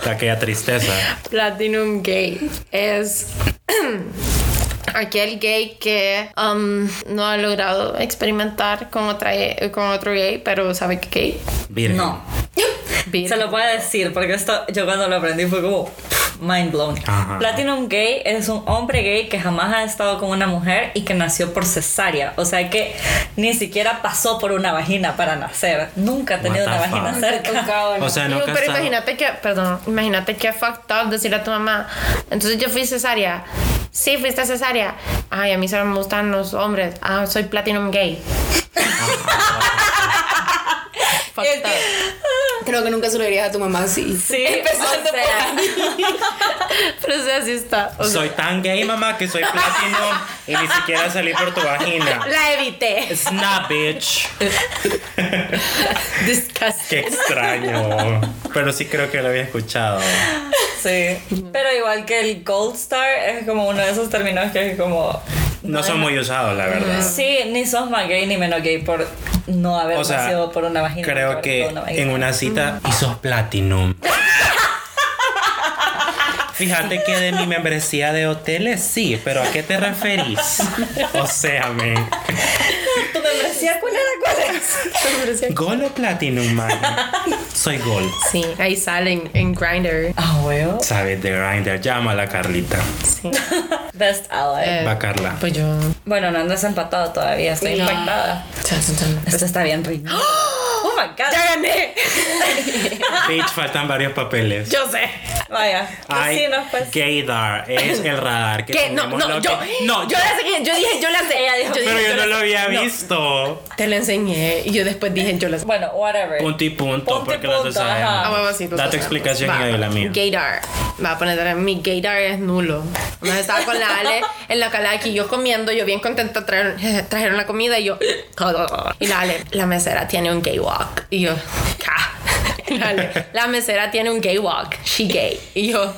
Speaker 3: De aquella tristeza.
Speaker 4: Platinum Gay es [clears throat] aquel gay que um, no ha logrado experimentar con, otra, con otro gay, pero sabe que gay.
Speaker 3: Virgen.
Speaker 1: No.
Speaker 4: Vir-
Speaker 1: Se lo puedo decir porque esto yo cuando lo aprendí fue como pff, mind blown.
Speaker 3: Ajá.
Speaker 1: Platinum gay es un hombre gay que jamás ha estado con una mujer y que nació por cesárea. O sea que ni siquiera pasó por una vagina para nacer. Nunca ha tenido
Speaker 3: the
Speaker 1: una
Speaker 3: fuck?
Speaker 1: vagina
Speaker 2: Se ha
Speaker 1: cerca.
Speaker 2: tocado, ¿no?
Speaker 3: O sea,
Speaker 4: Digo,
Speaker 3: nunca ha
Speaker 4: pero
Speaker 3: estado-
Speaker 4: imagínate que, perdón, imagínate que fucked up decirle a tu mamá, entonces yo fui cesárea. Sí, fuiste cesárea. Ay, a mí solo me gustan los hombres. Ah, soy platinum gay. Fucked up.
Speaker 2: Creo que nunca se lo dirías a tu mamá así.
Speaker 1: [laughs] Sí,
Speaker 2: Empezando
Speaker 1: o sea,
Speaker 4: Pero o sea, así está. O sea,
Speaker 3: Soy tan gay, mamá, que soy platinum y ni siquiera salí por tu vagina.
Speaker 4: [laughs] la evité.
Speaker 3: Snap, bitch.
Speaker 4: [laughs] Disgusting.
Speaker 3: Qué extraño. Pero sí creo que lo había escuchado.
Speaker 1: sí. Pero igual que el gold star es como uno de esos términos que es como
Speaker 3: No son muy usados, la verdad.
Speaker 1: sí, ni sos más gay ni menos gay por no haber
Speaker 3: O sea,
Speaker 1: nacido por una vagina.
Speaker 3: Creo
Speaker 1: por
Speaker 3: que
Speaker 1: una vagina.
Speaker 3: en una cita
Speaker 4: Mm.
Speaker 3: y sos
Speaker 4: [laughs]
Speaker 3: platinum. Fíjate que de mi membresía de hoteles sí, pero ¿a qué te
Speaker 4: [laughs]
Speaker 3: referís? O sea, me
Speaker 1: tu membresía cuál era cuál es?
Speaker 3: gol o
Speaker 4: [laughs]
Speaker 3: platinum, man. Soy gol.
Speaker 4: Sí, ahí salen en Grindr.
Speaker 1: Ah, huevo.
Speaker 3: Sabes de Grindr, llámala Carlita.
Speaker 4: Sí.
Speaker 1: Best ally.
Speaker 4: Eh,
Speaker 3: Va Carla.
Speaker 4: Pues yo.
Speaker 1: Bueno, no han desempatado todavía, estoy
Speaker 2: No.
Speaker 1: impactada. Esto está bien rico. [gasps] ¡Oh, my God!
Speaker 4: gané! [laughs]
Speaker 3: Bitch, faltan varios papeles.
Speaker 4: Yo sé.
Speaker 1: Vaya, pues.
Speaker 3: Ay,
Speaker 1: así nos pasó.
Speaker 3: Gaydar es el radar que
Speaker 4: ¿Qué? No,
Speaker 3: tenemos
Speaker 4: no,
Speaker 3: lo
Speaker 4: yo.
Speaker 3: que-
Speaker 4: No, yo la sé. Yo dije, yo la sé.
Speaker 1: Ella dijo,
Speaker 4: dije,
Speaker 3: pero yo no
Speaker 4: la
Speaker 3: lo
Speaker 4: sé.
Speaker 3: había
Speaker 4: No.
Speaker 3: visto.
Speaker 4: Te la enseñé y yo después dije, yo la sé.
Speaker 1: Bueno, whatever.
Speaker 3: Punto y punto,
Speaker 1: Punto y
Speaker 3: porque las dos
Speaker 1: punto,
Speaker 3: sabemos.
Speaker 1: ajá.
Speaker 4: Ah, bueno, sí, lo
Speaker 3: Da
Speaker 4: sé.
Speaker 3: tu explicación
Speaker 4: Va.
Speaker 3: y yo doy la mía.
Speaker 4: Gaydar. Va a poner mi gaydar es nulo. Una vez estaba con la Ale en la calaki, yo comiendo, yo bien contenta, trajeron, [laughs] trajeron la comida y yo. Y la Ale, la mesera tiene un gay walk. Y yo, "Ca". Y la Ale, la mesera tiene un gay walk. She gay. Y yo,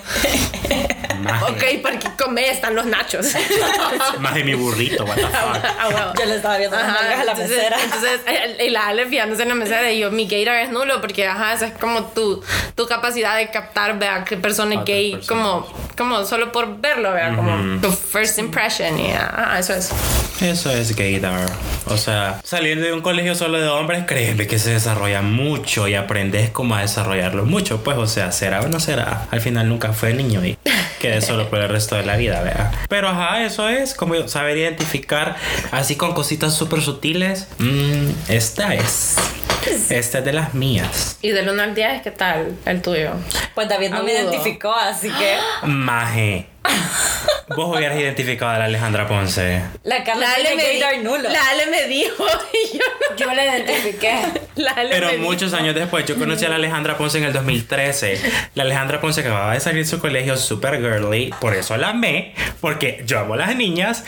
Speaker 3: Maje.
Speaker 4: ok, ¿por qué comer? Están
Speaker 3: [laughs]
Speaker 4: los nachos. [laughs]
Speaker 3: Más de mi burrito, what the fuck.
Speaker 4: Ah, bueno.
Speaker 1: Yo le estaba viendo las
Speaker 4: Ajá,
Speaker 1: nalgas a la
Speaker 4: entonces-
Speaker 1: mesera.
Speaker 4: [laughs] Entonces, eh, el- y la Ale fiándose en la mesera y yo, mi gaydar es nulo porque, ajá, esa es como tu, tu capacidad de captar, vea, qué persona es
Speaker 3: Otra
Speaker 4: gay,
Speaker 3: Ah, persona.
Speaker 4: como, como solo por verlo, vea, como tu first impression y, ajá, eso es.
Speaker 3: Eso es gaydar. O sea, saliendo de un colegio solo de hombres, créeme que se desarrolla mucho y aprendes cómo a desarrollarlo mucho. Pues, o sea, será o no será. Al final nunca fue niño y quedé solo por el resto de la vida, ¿verdad? Pero ajá, eso es como saber identificar así con cositas súper sutiles. Mm, esta es. Esta es de las mías.
Speaker 4: Y del 1 al 10, ¿qué tal el tuyo?
Speaker 1: Pues David no me
Speaker 4: Agudo.
Speaker 1: identificó, así
Speaker 4: [gasps]
Speaker 1: que
Speaker 3: Maje. Vos hubieras identificado a la Alejandra Ponce.
Speaker 1: la Carla tiene que ir al nulo.
Speaker 4: la Ale me dijo [laughs] y yo no-
Speaker 2: Yo la identifiqué.
Speaker 4: La Ale me
Speaker 3: Pero
Speaker 4: dijo.
Speaker 3: muchos años después, yo conocí a la Alejandra Ponce en el 2013. La Alejandra Ponce acababa de salir de su colegio super girly, por eso la amé, porque yo amo a las niñas.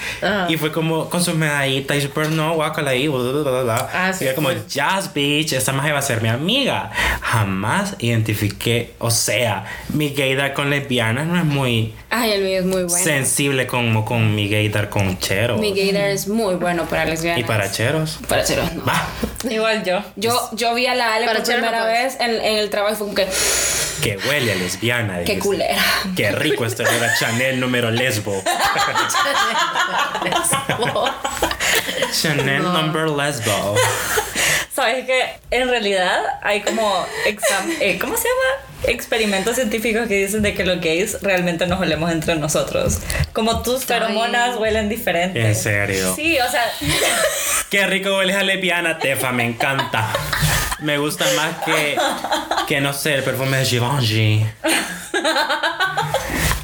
Speaker 3: Y fue como con sus medallitas y super no, guácala ahí, bla, bla, bla, bla.
Speaker 4: Ah,
Speaker 3: y
Speaker 4: sí,
Speaker 3: era como,
Speaker 4: sí.
Speaker 3: jazz bitch, esta maje va a ser mi amiga. Jamás identifiqué, o sea, mi gaydar con lesbianas no es muy
Speaker 2: [laughs] Ay, el mío es muy bueno.
Speaker 3: sensible como con mi gaydar con cheros.
Speaker 2: Mi gator es muy bueno para lesbianas.
Speaker 3: Y para cheros.
Speaker 2: Para ceros, no.
Speaker 3: Va,
Speaker 1: Igual yo.
Speaker 2: Yo, yo vi a la Ale
Speaker 4: Para
Speaker 2: por
Speaker 4: chero no
Speaker 2: primera
Speaker 4: puedes.
Speaker 2: vez en, en el trabajo y fue como que. [laughs]
Speaker 3: que huele a lesbiana.
Speaker 2: Qué
Speaker 3: dijiste.
Speaker 2: culera.
Speaker 3: Qué rico esto era Chanel número lesbo. Chanel number lesbo.
Speaker 1: Sabes que en realidad hay como
Speaker 4: [laughs]
Speaker 1: exam- eh, ¿cómo se llama? experimentos científicos que dicen de que los gays realmente nos olemos entre nosotros. Como tus feromonas huelen diferente.
Speaker 3: En serio.
Speaker 1: Sí, o sea,
Speaker 3: Qué rico hueles a lesbiana, Tefa, me encanta. Me gusta más que, que no sé, el perfume de Givenchy.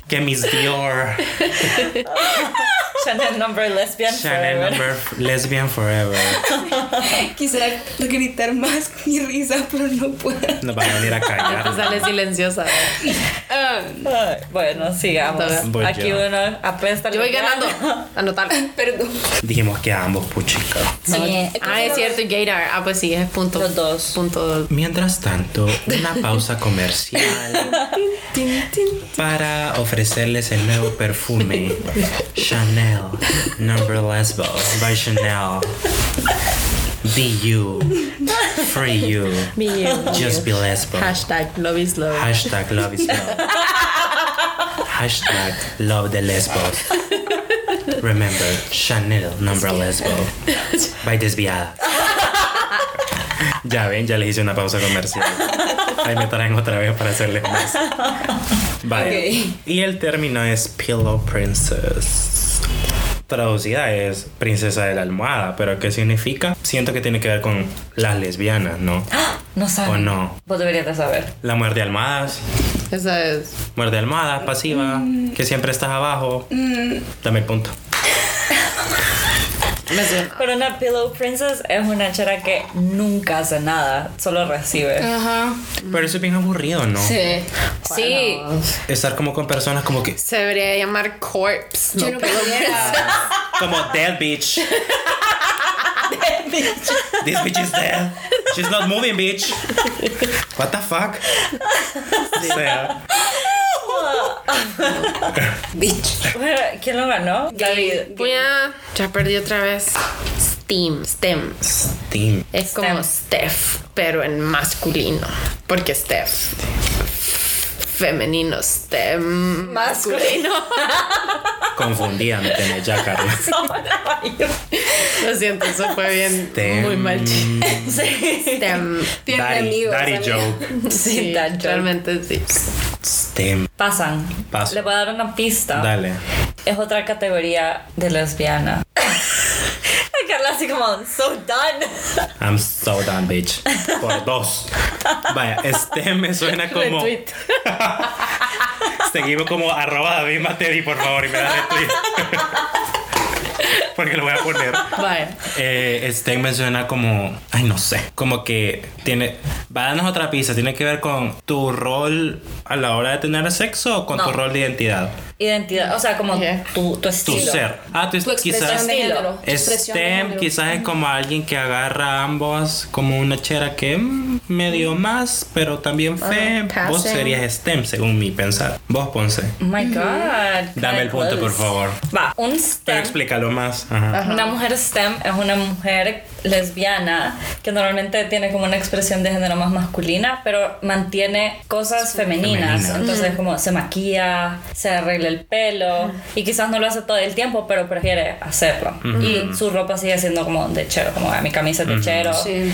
Speaker 3: Que Miss Dior.
Speaker 1: Chanel number lesbian
Speaker 3: Chanel
Speaker 1: forever.
Speaker 3: number lesbian forever.
Speaker 2: Quisiera gritar más [laughs] mi risa, pero no puedo.
Speaker 3: Nos van a venir a
Speaker 4: Te
Speaker 3: callar.
Speaker 4: sale silenciosa.
Speaker 2: Ah,
Speaker 1: Ay, [laughs] Bueno, sigamos.
Speaker 4: Entonces,
Speaker 3: voy
Speaker 1: Aquí
Speaker 3: yo.
Speaker 1: uno apesta.
Speaker 4: Yo voy
Speaker 1: lesbiana.
Speaker 4: ganando. Anotar.
Speaker 2: perdón.
Speaker 3: Dijimos que ambos, puchica.
Speaker 1: [laughs] Sí.
Speaker 4: Ah, es cierto, Gator. Ah, pues sí, es punto.
Speaker 1: Los
Speaker 4: [gasps]
Speaker 1: dos.
Speaker 4: Punto dos.
Speaker 3: Mientras tanto, una pausa comercial para ofrecerles el nuevo perfume Chanel Number Lesbo by Chanel. Be you, free you, just be lesbo.
Speaker 4: Hashtag love is love.
Speaker 3: Hashtag love is love. Hashtag love the lesbos. Remember Chanel number lesbo by desviada. Ya ven, ya les hice una pausa comercial. Ahí me traen otra vez para hacerles más. Vale. Y el término es Pillow Princess. Traducida es princesa de la almohada, pero ¿qué significa? Siento que tiene que ver con las lesbianas, ¿no?
Speaker 4: ¡Ah!
Speaker 1: No
Speaker 3: ¿O
Speaker 1: sabes.
Speaker 3: no?
Speaker 1: Vos deberías de saber.
Speaker 3: La muerte de almohadas,
Speaker 4: Esa es.
Speaker 3: Muerde almohadas, pasiva,
Speaker 2: Mm.
Speaker 3: que siempre estás abajo. Dame el
Speaker 2: [laughs]
Speaker 3: punto.
Speaker 4: Me suena.
Speaker 1: Pero una Pillow Princess es una chera que nunca hace nada, solo recibe.
Speaker 2: Ajá.
Speaker 3: Pero eso es bien aburrido, ¿no?
Speaker 2: Sí.
Speaker 1: Sí.
Speaker 3: Estar como con personas como que.
Speaker 4: Se debería llamar corpse.
Speaker 2: Yo no pudiera.
Speaker 3: Como dead bitch. This bitch is dead. She's not moving, bitch. What the fuck? O sea,
Speaker 2: [laughs] Bitch.
Speaker 4: Mm.
Speaker 1: Bueno, ¿Quién lo ganó? [laughs] David.
Speaker 4: Voy a- Ya perdí otra vez. Steam. STEM.
Speaker 3: Steam.
Speaker 4: Es como Steph, pero en masculino. Porque Steph. Femenino STEM.
Speaker 1: Masculino.
Speaker 3: Confundida me tenés ya, Carla.
Speaker 4: [laughs]
Speaker 3: Mm.
Speaker 4: Lo siento, eso fue bien.
Speaker 3: Stem.
Speaker 4: Muy mal.
Speaker 1: Sí.
Speaker 4: STEM.
Speaker 2: Tiene
Speaker 3: Daddy,
Speaker 2: amigos,
Speaker 3: daddy
Speaker 2: amiga.
Speaker 3: joke.
Speaker 1: Sí,
Speaker 4: Sí,
Speaker 1: that joke.
Speaker 4: realmente sí.
Speaker 3: Steam.
Speaker 1: Pasan.
Speaker 3: Paso.
Speaker 1: Le voy a dar una pista.
Speaker 3: Dale.
Speaker 1: Es otra categoría de
Speaker 4: [laughs]
Speaker 1: lesbiana. [laughs] Carla así como, so done.
Speaker 3: I'm so done, bitch. Por dos. Vaya, STEM me suena como.
Speaker 4: Retweet.
Speaker 3: [laughs] Seguimos como arroba David Materi, por favor, y me das el tweet. [laughs] Porque lo voy a poner.
Speaker 4: Vaya.
Speaker 3: Eh, Stein me suena como, ay, no sé, como que tiene, va a darnos otra pista, tiene que ver con tu rol a la hora de tener sexo o con
Speaker 1: No.
Speaker 3: tu rol de identidad,
Speaker 1: Identidad, o sea, como
Speaker 4: Ok.
Speaker 1: tu, tu
Speaker 3: tu
Speaker 1: estilo.
Speaker 3: ser. Ah, tu,
Speaker 2: Tu expresión
Speaker 3: quizás
Speaker 2: de
Speaker 1: Estilo.
Speaker 2: género. tu expresión de
Speaker 3: STEM
Speaker 2: género.
Speaker 3: quizás es como alguien que agarra ambos como una chera que mm, medio más, pero también fe. Vos
Speaker 4: passing.
Speaker 3: serías STEM según mi pensar. Vos, Ponce.
Speaker 1: My God.
Speaker 3: Dame el punto, por favor.
Speaker 1: Va, un
Speaker 3: Pero
Speaker 1: STEM.
Speaker 3: explícalo más. Ajá.
Speaker 1: Una mujer STEM es una mujer lesbiana que normalmente tiene como una expresión de género más masculina, pero mantiene cosas femeninas.
Speaker 3: Femeninas.
Speaker 1: Entonces, como se maquilla, se arregla el pelo y quizás no lo hace todo el tiempo, pero prefiere hacerlo. Y su ropa sigue siendo como de chero, como "Ah, mi camisa es de chero,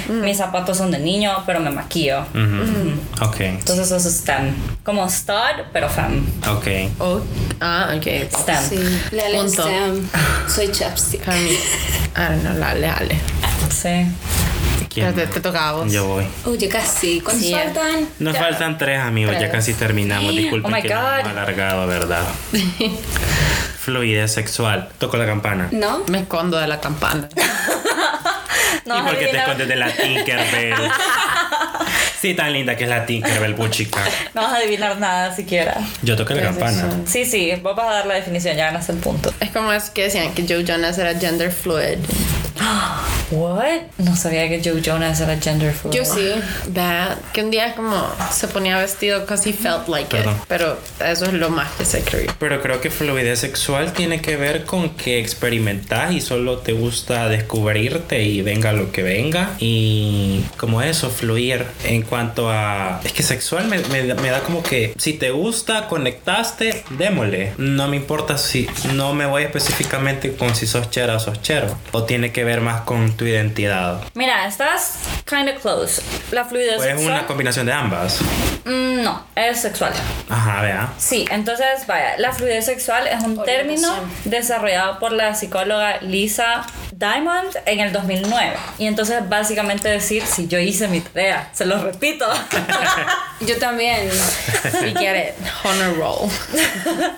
Speaker 1: mis zapatos son de niño, pero me maquillo.
Speaker 3: Ujú. Ok.
Speaker 1: Entonces, eso es STEM. Como stud, pero femme.
Speaker 3: Ok.
Speaker 4: Oh, ah, ok.
Speaker 1: STEM.
Speaker 2: Sí. La
Speaker 4: Punto.
Speaker 2: Sam. Soy Chapstick.
Speaker 4: Cami. Ah, no, dale, dale.
Speaker 1: Sí.
Speaker 4: Pero
Speaker 3: ¿Quién?
Speaker 4: te, te toca a vos.
Speaker 3: Yo voy.
Speaker 2: Uy, ya casi. ¿Cuántos
Speaker 4: Sí.
Speaker 2: faltan?
Speaker 3: Nos faltan tres amigos, ya casi terminamos. Disculpen
Speaker 1: Oh my
Speaker 3: que nos
Speaker 1: God.
Speaker 3: hemos alargado, ¿verdad? Fluidez sexual. Toco la campana.
Speaker 2: ¿No?
Speaker 4: Me escondo de la campana.
Speaker 1: No,
Speaker 3: ¿Y por qué te
Speaker 1: adivinar-
Speaker 3: escondes de la Tinkerbell? sí, tan linda que es la Tinkerbell, puchica.
Speaker 1: no vas a adivinar nada siquiera.
Speaker 3: Yo toqué la campana.
Speaker 1: Sí, sí, vos vas a dar la definición, ya ganaste el punto.
Speaker 4: Es como es que decían que Joe Jonas era gender fluid.
Speaker 1: What? No sabía que Joe Jonas era gender fluid.
Speaker 4: Yo sí. ¿Verdad? Que un día como se ponía vestido casi felt like
Speaker 3: Perdón.
Speaker 4: it. Pero eso es lo más que sé creo. yo.
Speaker 3: Pero creo que fluidez sexual tiene que ver con que experimentás y solo te gusta descubrirte y venga lo que venga. Y como eso, fluir en cuanto a... Es que sexual me, me- me da como que si te gusta, conectaste, démosle. No me importa si... No me voy específicamente con si sos chero o sos chero. O tiene que ver más con tu identidad?
Speaker 1: Mira, estás kinda close. La fluidez
Speaker 3: Pues es una
Speaker 1: sexual.
Speaker 3: combinación de ambas.
Speaker 1: Mm, no, es sexual.
Speaker 2: [laughs]
Speaker 3: Ajá, vea.
Speaker 1: Sí, entonces, vaya, la fluidez sexual es un término desarrollado por la psicóloga Lisa Diamond en el 2009. Y entonces, básicamente decir, si yo hice mi tarea, se lo repito. [laughs]
Speaker 2: Yo también.
Speaker 4: You get it. Honor roll.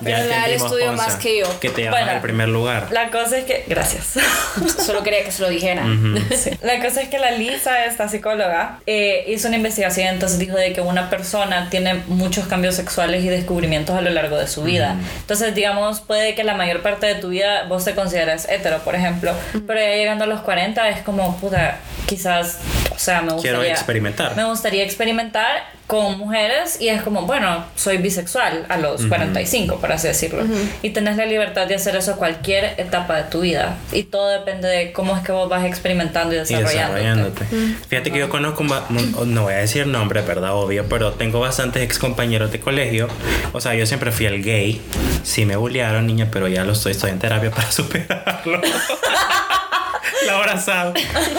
Speaker 2: Pero la del
Speaker 3: entendimos,
Speaker 2: estudio
Speaker 3: Ponza,
Speaker 2: más que yo.
Speaker 3: Que te llevas
Speaker 1: Bueno.
Speaker 3: al primer lugar.
Speaker 1: la cosa es que... Gracias.
Speaker 2: Solo quería que se lo dijera.
Speaker 1: [laughs] Sí. La cosa es que la Lisa, esta psicóloga, eh, hizo una investigación, entonces dijo de que una persona tiene muchos cambios sexuales y descubrimientos a lo largo de su vida. Entonces, digamos, puede que la mayor parte de tu vida vos te consideras hetero, por ejemplo, pero ya llegando a los 40 es como, puta, quizás, o sea, me gustaría...
Speaker 3: Quiero experimentar.
Speaker 1: Me gustaría experimentar con mujeres y es como, bueno, soy bisexual a los 45, por así decirlo. Y tenés la libertad de hacer eso a cualquier etapa de tu vida. Y todo depende de cómo es que vos vas experimentando y
Speaker 3: Y
Speaker 1: desarrollándote.
Speaker 3: desarrollándote. Fíjate que yo conozco, ba- no- no voy a decir nombre, ¿verdad? Obvio, pero tengo bastantes ex compañeros de colegio. O sea, yo siempre fui el gay. Sí me bullearon, niña, pero ya lo estoy, estoy en terapia para [laughs] superarlo. La abrazado.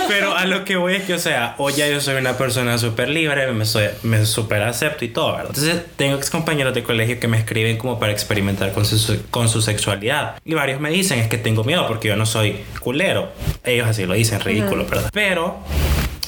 Speaker 3: Pero a lo que voy es que, o sea, hoy ya yo soy una persona súper libre, me, soy, me super acepto y todo, ¿verdad? Entonces, tengo ex compañeros de colegio que me escriben como para experimentar con su, con su sexualidad. Y varios me dicen, es que tengo miedo porque yo no soy culero. Ellos así lo dicen, ridículo, ¿verdad? Pero.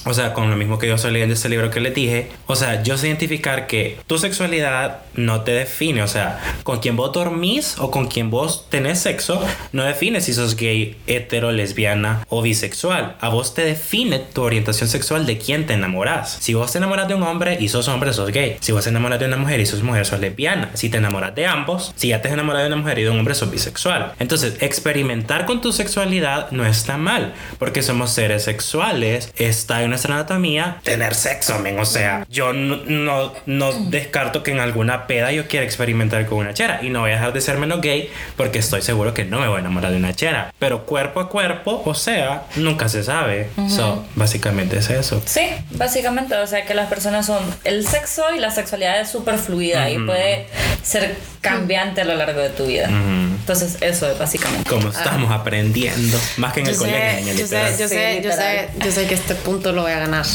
Speaker 3: O sea, con lo mismo que yo soy leyendo este libro que les dije, o sea, yo sé identificar que tu sexualidad no te define, o sea, con quien vos dormís o con quien vos tenés sexo, no define si sos gay, hetero, lesbiana o bisexual. A vos te define tu orientación sexual de quién te enamorás. Si vos te enamorás de un hombre y sos hombre, sos gay. Si vos te enamorás de una mujer y sos mujer, sos lesbiana. Si te enamoras de ambos, si ya te has enamorado de una mujer y de un hombre, sos bisexual. Entonces, experimentar con tu sexualidad no está mal, porque somos seres sexuales, está en nuestra anatomía tener sexo, men. O sea, yo no, no, no descarto que en alguna peda yo quiera experimentar con una chera y no voy a dejar de ser menos gay porque estoy seguro que no me voy a enamorar de una chera. Pero cuerpo a cuerpo, o sea, nunca se sabe. So, básicamente es eso.
Speaker 1: Sí, básicamente, o sea que las personas son el sexo y la sexualidad es súper fluida y puede ser cambiante a lo largo de tu vida. Entonces, eso es básicamente.
Speaker 3: Como estamos aprendiendo, más que en
Speaker 4: Ah. Yo
Speaker 3: el colegio,
Speaker 4: sé,
Speaker 3: niña,
Speaker 4: yo
Speaker 3: literal.
Speaker 4: sé, yo
Speaker 2: Sí,
Speaker 4: sé, yo sé,
Speaker 2: literal.
Speaker 4: yo sé que este punto lo voy a ganar.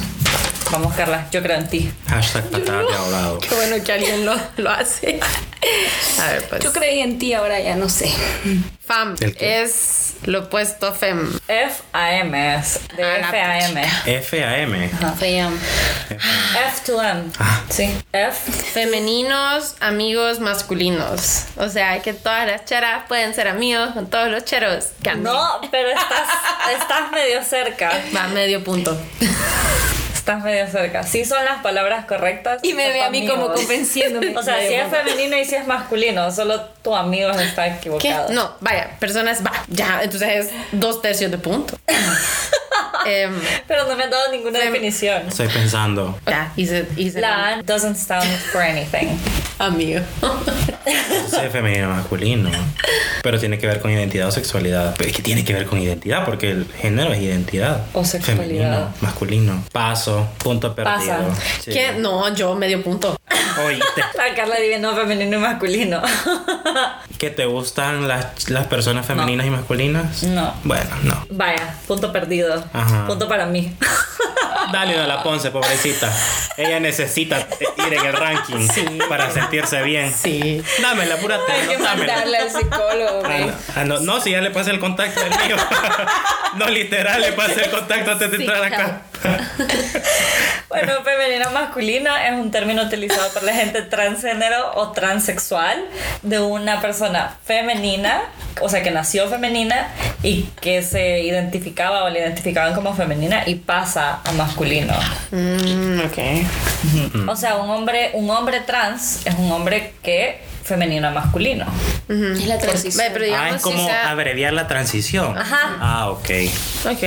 Speaker 1: Vamos, Carla, yo creo en ti.
Speaker 3: Hashtag patada
Speaker 4: [laughs]
Speaker 3: de ahogado.
Speaker 4: Qué bueno que alguien lo, lo hace. A ver, pues.
Speaker 2: Yo creí en ti, ahora ya no sé.
Speaker 4: Fam
Speaker 3: ¿El qué?
Speaker 4: es lo opuesto a fem.
Speaker 1: FAM es de
Speaker 4: Ah, la
Speaker 1: FAM.
Speaker 3: FAM.
Speaker 2: Feam.
Speaker 1: F2M. Sí. F
Speaker 4: Femeninos, amigos masculinos. O sea, que todas las cheras pueden ser amigos con todos los cheros. Can-
Speaker 1: No, pero estás, estás medio cerca.
Speaker 4: Va, medio punto.
Speaker 1: Estás medio cerca. Sí son las palabras correctas.
Speaker 2: Y me ve a mí como convenciéndome.
Speaker 1: O sea, si es femenino y si es masculino, solo tu amigo está
Speaker 4: ¿Qué?
Speaker 1: equivocado.
Speaker 4: No, vaya, personas, va, ya. Entonces es dos tercios
Speaker 1: [laughs]
Speaker 4: de punto. Em,
Speaker 1: Pero no me han dado ninguna
Speaker 4: Fem-
Speaker 1: definición.
Speaker 3: Estoy pensando.
Speaker 4: ya, hice, hice
Speaker 1: La A doesn't stand for anything.
Speaker 4: amigo.
Speaker 3: Soy femenino masculino. Pero tiene que ver con identidad o sexualidad. Pero es que tiene que ver con identidad, porque el género es identidad.
Speaker 1: O sexualidad.
Speaker 3: Femenino, masculino. Paso, punto
Speaker 1: Pasa.
Speaker 3: perdido. Sí.
Speaker 4: ¿Qué? No, yo medio punto.
Speaker 3: Oíste.
Speaker 1: La Carla adivinó femenino y masculino. [laughs]
Speaker 3: ¿Que te gustan las, las personas femeninas y masculinas?
Speaker 1: No.
Speaker 3: Bueno, no.
Speaker 1: Vaya, punto perdido.
Speaker 3: Ajá.
Speaker 1: Punto para mí.
Speaker 3: Dale a la Ponce, pobrecita. Ella necesita ir en el ranking para sentirse bien.
Speaker 4: Sí.
Speaker 3: Dámela, apúrate.
Speaker 2: Hay que
Speaker 3: no, dámela.
Speaker 2: mandarle al psicólogo,
Speaker 3: Ah,
Speaker 2: güey.
Speaker 3: no. Ah, no, no, si ya le pasé el contacto el mío. [laughs] no, literal, le pasé el contacto antes de entrar acá.
Speaker 1: Bueno, femenino masculino es un término utilizado por la gente transgénero o transexual de una persona femenina, o sea, que nació femenina y que se identificaba o le identificaban como femenina y pasa a masculino.
Speaker 4: Mm, ok.
Speaker 1: O sea, un hombre, un hombre trans es un hombre que femenino a masculino.
Speaker 2: Es la transición.
Speaker 4: Pero
Speaker 3: Ah,
Speaker 4: digamos,
Speaker 3: es
Speaker 4: si
Speaker 3: como
Speaker 4: sea-
Speaker 3: abreviar la transición.
Speaker 1: Ajá.
Speaker 3: Ah, ok.
Speaker 4: Ok.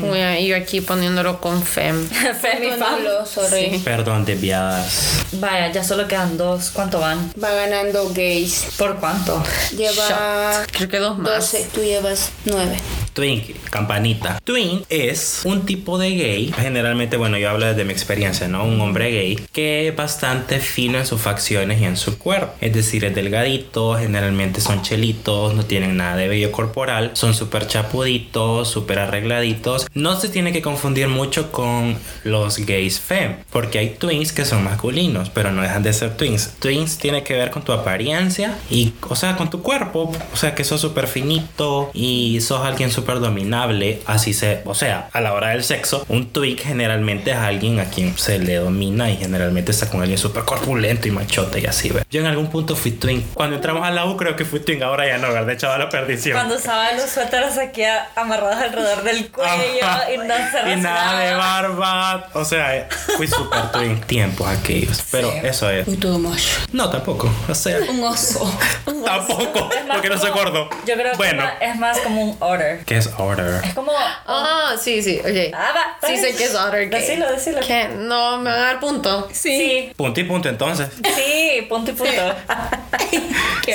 Speaker 4: Voy a ir aquí poniéndolo con fem.
Speaker 1: Femifam.
Speaker 2: Perdónalo, sorry.
Speaker 3: Perdón, desviadas.
Speaker 1: Vaya, ya solo quedan dos. ¿Cuánto van?
Speaker 2: Va ganando gays.
Speaker 1: ¿Por cuánto?
Speaker 2: Lleva
Speaker 4: Creo que dos más.
Speaker 2: 12, tú llevas 9.
Speaker 3: Twink, campanita. Twink es un tipo de gay, generalmente, bueno, yo hablo desde mi experiencia, ¿no? Un hombre gay que es bastante fino en sus facciones y en su cuerpo. Es decir, es delgadito, generalmente son chelitos, no tienen nada de vello corporal, son súper chapuditos, súper arregladitos. No se tiene que confundir mucho con los gays fem, porque hay twins que son masculinos, pero no dejan de ser twins. Twins tiene que ver con tu apariencia y, o sea, con tu cuerpo, o sea, que sos súper finito y sos alguien súper dominable, así se, o sea, a la hora del sexo, un twink generalmente es alguien a quien se le domina y generalmente está con alguien súper corpulento y machote y así, ¿ve? Yo en algún punto fui twink. Cuando entramos a la U creo que fui twink, ahora ya no, ¿verdad? Echaba la perdición.
Speaker 1: Cuando usaba los suéteres aquí a- amarrados alrededor del cuello
Speaker 3: Ajá.
Speaker 1: y no se
Speaker 3: Ah. Y nada de
Speaker 1: rasuraba.
Speaker 3: barba. O sea, eh, fui
Speaker 1: [laughs]
Speaker 3: súper twink tiempos aquellos. Pero eso es.
Speaker 2: Uy, todo macho.
Speaker 3: No, tampoco. O sea,
Speaker 2: Un oso.
Speaker 3: tampoco.
Speaker 1: Pues, Es más
Speaker 3: Porque no soy
Speaker 1: como-
Speaker 3: gordo.
Speaker 1: Yo creo
Speaker 3: bueno.
Speaker 1: que es más como un order.
Speaker 3: ¿Qué es order?
Speaker 1: Es como.
Speaker 4: Ah, sí, sí, ok.
Speaker 1: Ah, va.
Speaker 4: sí sé que es otter gay.
Speaker 1: Decilo, decilo.
Speaker 4: Que no me van a dar punto.
Speaker 1: Sí.
Speaker 3: Punto y punto entonces.
Speaker 1: [laughs] sí. punto y
Speaker 2: [laughs]
Speaker 1: punto.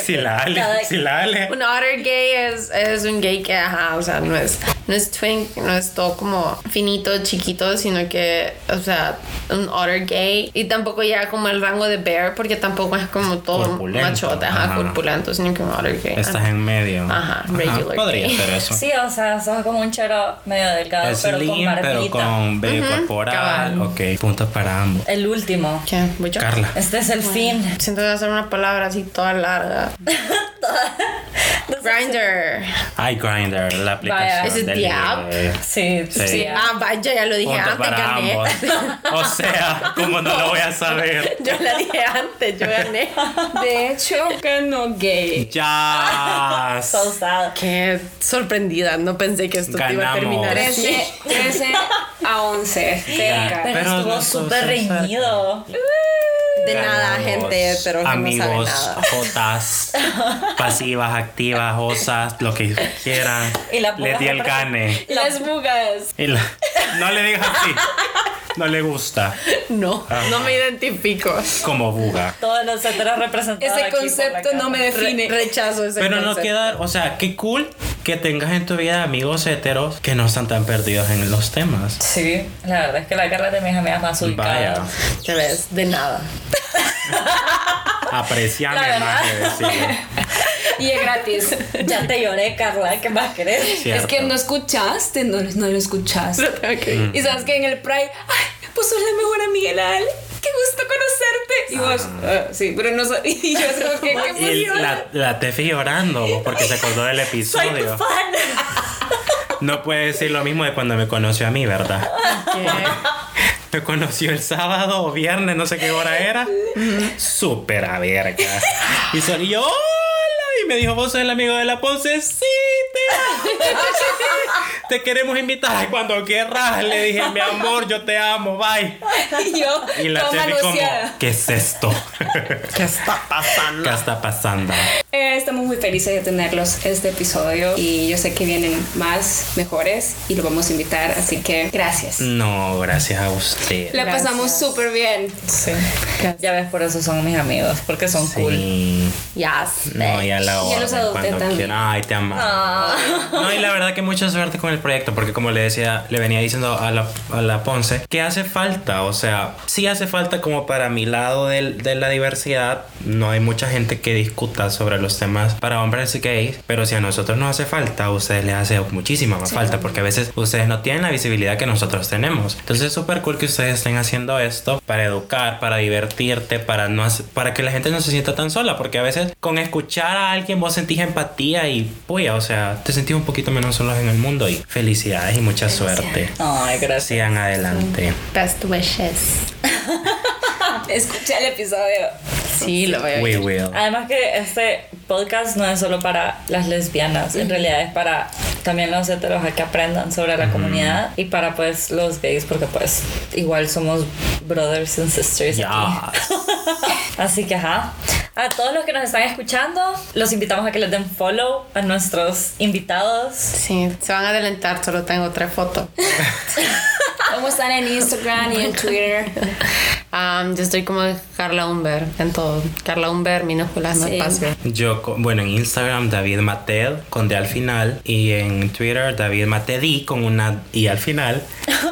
Speaker 3: Si la ale,
Speaker 1: Cada-
Speaker 3: si la ale.
Speaker 4: Un otter gay es, es un gay que, ajá, o sea, no es, no es twink, no es todo como finito, chiquito, sino que, o sea, un otter gay. Y tampoco ya como el rango de bear, porque tampoco es como todo
Speaker 3: Corpulento,
Speaker 4: machote, ajá,
Speaker 3: ajá.
Speaker 4: corpulento, sino que un otter gay. Ah,
Speaker 3: Estás en medio.
Speaker 4: Ajá, regular
Speaker 3: Podría
Speaker 4: gay.
Speaker 3: ser eso.
Speaker 1: Sí, o sea, sos como un chero medio delgado, pero con
Speaker 3: Slim, pero
Speaker 1: barbita.
Speaker 3: con vello corporal.
Speaker 4: cabal.
Speaker 3: Ok, puntos para ambos.
Speaker 1: El último.
Speaker 4: ¿Qué? ¿Voy yo?
Speaker 3: Carla.
Speaker 1: Este es el fin.
Speaker 4: Siento que va a ser una palabra así toda larga. Grinder.
Speaker 3: Ay, Grindr, la aplicación.
Speaker 1: Vaya.
Speaker 4: ¿Ese es
Speaker 3: del
Speaker 4: the app?
Speaker 3: ligue.
Speaker 1: Sí, sí.
Speaker 3: Sí.
Speaker 4: Ah, vaya, ya lo dije
Speaker 3: Puntos
Speaker 4: antes,
Speaker 3: para
Speaker 4: gané.
Speaker 3: ambos. O sea, como no lo voy
Speaker 1: [laughs]
Speaker 3: a saber.
Speaker 4: Yo la dije antes, yo
Speaker 3: [laughs]
Speaker 4: gané.
Speaker 2: De hecho, que no gay.
Speaker 3: Ya.
Speaker 1: So sad.
Speaker 4: Qué sorprendida, no pensé que esto te iba a
Speaker 3: Ganamos.
Speaker 4: terminar así.
Speaker 2: 13, 13 a 11. Cerca.
Speaker 1: Pero,
Speaker 3: Pero
Speaker 1: estuvo
Speaker 3: no sos-
Speaker 1: súper
Speaker 3: sos-
Speaker 1: reñido.
Speaker 4: De nada,
Speaker 3: Ganamos.
Speaker 4: gente, pero que no
Speaker 3: amigos,
Speaker 4: sabe nada. [laughs]
Speaker 3: jotas, pasivas, activas, osas, lo que quieran.
Speaker 1: Y la
Speaker 3: le di el
Speaker 1: porra-
Speaker 3: gane.
Speaker 2: Las bugas.
Speaker 3: Y la- No le digas así. No le gusta.
Speaker 4: No,
Speaker 3: Ah.
Speaker 4: no me identifico.
Speaker 3: Como buga.
Speaker 1: Todos los heteros representados.
Speaker 2: Ese
Speaker 1: aquí por la
Speaker 2: concepto no
Speaker 1: cámara.
Speaker 2: me define.
Speaker 4: Rechazo ese
Speaker 3: Pero no
Speaker 4: concepto.
Speaker 3: queda, o sea, qué cool que tengas en tu vida amigos heteros que no están tan perdidos en los temas.
Speaker 1: Sí, la verdad es que la carrera de mis amigas más ubicadas.
Speaker 3: [laughs] Vaya,
Speaker 4: Ya ves, de nada.
Speaker 1: La
Speaker 3: apreciame
Speaker 1: verdad.
Speaker 3: más que
Speaker 4: [laughs]
Speaker 3: decir.
Speaker 2: Y es gratis.
Speaker 1: Ya te lloré, Carla, ¿qué más querés?
Speaker 3: Cierto. Mm.
Speaker 2: Es que no escuchaste, no, no lo escuchaste. Y sabes que en el Pride, ay, pues sos la mejor amiga de la Ale. Qué gusto conocerte. Y vos, "Ah, sí, pero no soy. [laughs] Y yo, como que, qué
Speaker 3: Y
Speaker 2: emoción.
Speaker 3: [laughs] la, la Tefi llorando porque se acordó del
Speaker 1: Soy tu
Speaker 3: episodio.
Speaker 1: fan.
Speaker 3: No puede decir lo mismo de cuando me conoció a mí, ¿verdad? [laughs] Me conoció el sábado o viernes, no sé qué hora era. Súper a verga. Y salió, hola. Y me dijo, vos sos el amigo de la Ponce. Sí, te amo. [laughs] Te queremos invitar "Ay, cuando querrás. Le dije, mi amor, yo te amo, bye.
Speaker 2: Y yo,
Speaker 3: Y la
Speaker 2: toda
Speaker 3: Tefi como,
Speaker 2: manoseada.
Speaker 3: ¿qué es esto? ¿Qué está pasando? ¿Qué está pasando?
Speaker 2: Eh, estamos muy felices de tenerlos este episodio. Y yo sé que vienen más, mejores. Y los vamos a invitar. Así que, gracias.
Speaker 3: Mm. No, gracias a usted.
Speaker 2: La
Speaker 4: Gracias.
Speaker 2: pasamos súper
Speaker 3: [laughs]
Speaker 2: bien.
Speaker 1: Sí. Ya ves, por eso son mis amigos, porque son cool.
Speaker 3: Sí.
Speaker 4: Ya.
Speaker 3: No, ya la
Speaker 2: Yo los
Speaker 3: orden,
Speaker 2: adopté
Speaker 3: cuando
Speaker 2: también. Ah.
Speaker 3: quiera. Ay, te amamos. No, y la verdad que mucha suerte con el proyecto, porque como le decía, le venía diciendo a la, a la Ponce, que hace falta, o sea, sí hace falta como para mi lado del- de, la diversidad, no hay mucha gente que discuta sobre los temas para hombres gays, pero si a nosotros nos hace falta, a ustedes les hace muchísima más falta, porque a veces ustedes no tienen la visibilidad que nosotros tenemos. Entonces es súper cool que ustedes estén haciendo esto para educar, para divertirte, para, no, hace- para que la gente no se sienta tan sola, porque a veces con escuchar a alguien vos sentís empatía y puya, o sea, te sentís un poquito menos solos en el mundo y felicidades y mucha suerte.
Speaker 1: Ay, gracias.
Speaker 3: Sigan adelante.
Speaker 4: Best wishes.
Speaker 2: Escucha el episodio.
Speaker 4: Sí, lo veo.
Speaker 3: We will.
Speaker 1: Además que este podcast no es solo para las lesbianas, en realidad es para también los heteros a que aprendan sobre la comunidad y para pues los gays, porque pues igual somos brothers and sisters. aquí.
Speaker 3: Ya.
Speaker 1: [laughs] Así que ajá. A todos los que nos están escuchando, los invitamos a que les den follow a nuestros invitados.
Speaker 4: Sí, se van a adelantar, solo tengo tres fotos.
Speaker 2: Vamos a estar en Instagram y en Twitter.
Speaker 4: Am, Um, yo estoy como Carla Humber en todo. Carla Humber, minúsculas, no
Speaker 2: Sí.
Speaker 4: espacio.
Speaker 3: Yo, co- bueno, en Instagram David Mated con D al final y en Twitter David Matedi con una I al
Speaker 4: [laughs]
Speaker 3: final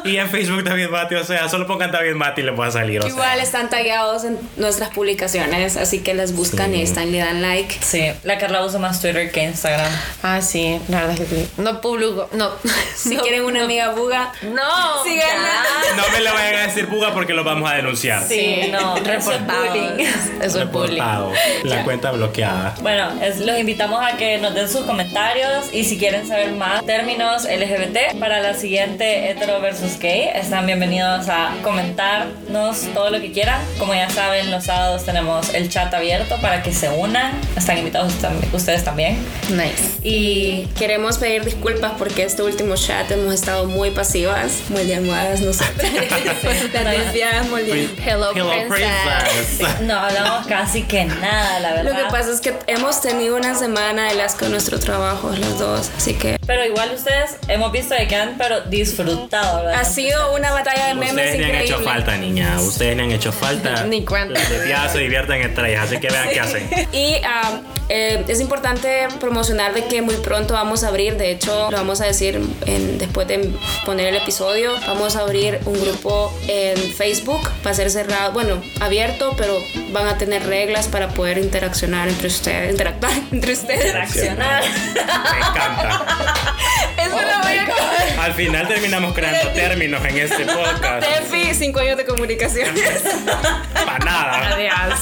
Speaker 3: y en Facebook David Mati, o sea, solo pongan David Mati y les va a salir, o sea.
Speaker 2: Igual están tagueados en nuestras publicaciones, así que las buscan y están, le dan like.
Speaker 1: Sí, la Carla usa más Twitter que Instagram.
Speaker 4: Ah, sí, la verdad es que sí. No publico, no. [laughs]
Speaker 2: Si
Speaker 4: No,
Speaker 2: quieren una
Speaker 4: no.
Speaker 2: amiga buga,
Speaker 4: No,
Speaker 2: síganla.
Speaker 3: No me lo vayan a decir puga porque los vamos a denunciar.
Speaker 1: Sí, no, eso es
Speaker 4: reportado.
Speaker 1: bullying.
Speaker 4: Eso es bullying.
Speaker 3: Reportado. La cuenta bloqueada.
Speaker 1: Bueno, es- los invitamos a que nos den sus comentarios y si quieren saber más términos LGBT para la siguiente hetero versus gay, están bienvenidos a comentarnos todo lo que quieran. Como ya saben, los sábados tenemos el chat abierto para que se unan. Están invitados tam- ustedes también.
Speaker 4: Nice.
Speaker 2: Y queremos pedir disculpas porque este último chat hemos estado muy pasivas, muy de almohadas nosotras. Las lesbianas moldeadas.
Speaker 4: Hello, princess.
Speaker 1: No hablamos casi que nada, la verdad.
Speaker 2: Lo que pasa es que hemos tenido una semana de las con nuestro trabajo, las dos, así que
Speaker 1: Pero igual ustedes hemos visto de que han pero disfrutado, ¿verdad?
Speaker 2: ha sido una batalla de memes
Speaker 3: Ustedes le han
Speaker 2: increíble.
Speaker 3: hecho falta, niña. Ustedes le han hecho falta.
Speaker 4: [laughs] Ni cuenta.
Speaker 3: Las desviadas se divierten entre ellas, así que vean qué
Speaker 4: [laughs]
Speaker 3: hacen.
Speaker 2: Y ah, eh, es importante promocionar de que muy pronto vamos a abrir, de hecho lo vamos a decir en- después de poner el episodio, vamos a abrir un grupo en Facebook, va a ser cerrado, bueno, abierto, pero van a tener reglas para poder interaccionar entre ustedes, interactuar [laughs] entre ustedes.
Speaker 1: Reaccionar.
Speaker 2: [laughs]
Speaker 3: Me encanta.
Speaker 2: Eso lo voy a comer.
Speaker 3: Al final terminamos creando términos en este podcast.
Speaker 2: [laughs] Tefi, cinco años de comunicaciones.
Speaker 3: Para nada.
Speaker 4: Adiós.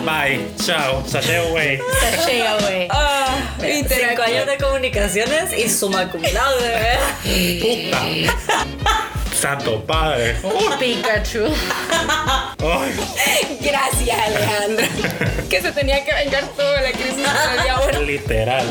Speaker 3: Bye. Chao. Saseo, güey.
Speaker 4: Llega, güey.
Speaker 2: Ah,
Speaker 1: Cinco
Speaker 2: interactuar.
Speaker 1: años de comunicaciones y suma cum laude, ¿verdad?
Speaker 3: Puta. Ah. Santo padre.
Speaker 4: Pikachu.
Speaker 3: Ay.
Speaker 2: Gracias, Alejandra. [laughs] que se tenía que vengar toda la crisis de ahora.
Speaker 3: Literal.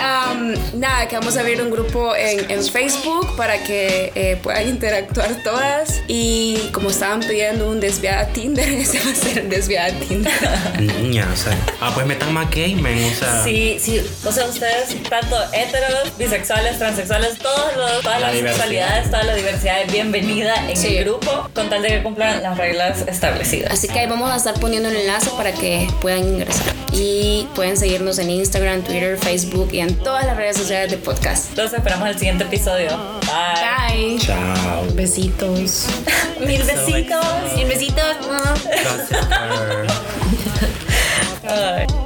Speaker 2: Am, nada, que vamos a abrir un grupo en, en Facebook para que eh, puedan interactuar todas. Y como estaban pidiendo un desviada Tinder, [laughs] ese va a ser un desviada Tinder.
Speaker 3: Niña, o sea. Ah, pues metan más gaming, o sea.
Speaker 1: Sí, sí. O sea, ustedes, tanto heteros, bisexuales, transexuales, todos los, todas
Speaker 3: La
Speaker 1: las
Speaker 3: diversidad.
Speaker 1: sexualidades, toda la diversidad es bienvenida en
Speaker 2: Sí.
Speaker 1: el grupo, con tal de que cumplan las reglas establecidas.
Speaker 2: [laughs] Así que ahí vamos a estar poniendo el enlace para que puedan ingresar. Y pueden seguirnos en Instagram, Twitter, Facebook y en todas las redes sociales de podcast.
Speaker 1: Los esperamos el siguiente episodio. Bye.
Speaker 2: Bye.
Speaker 3: Chao.
Speaker 2: [laughs]
Speaker 4: Besitos.
Speaker 1: Mil besitos.
Speaker 2: Besitos.
Speaker 3: Gracias por-
Speaker 1: Ay.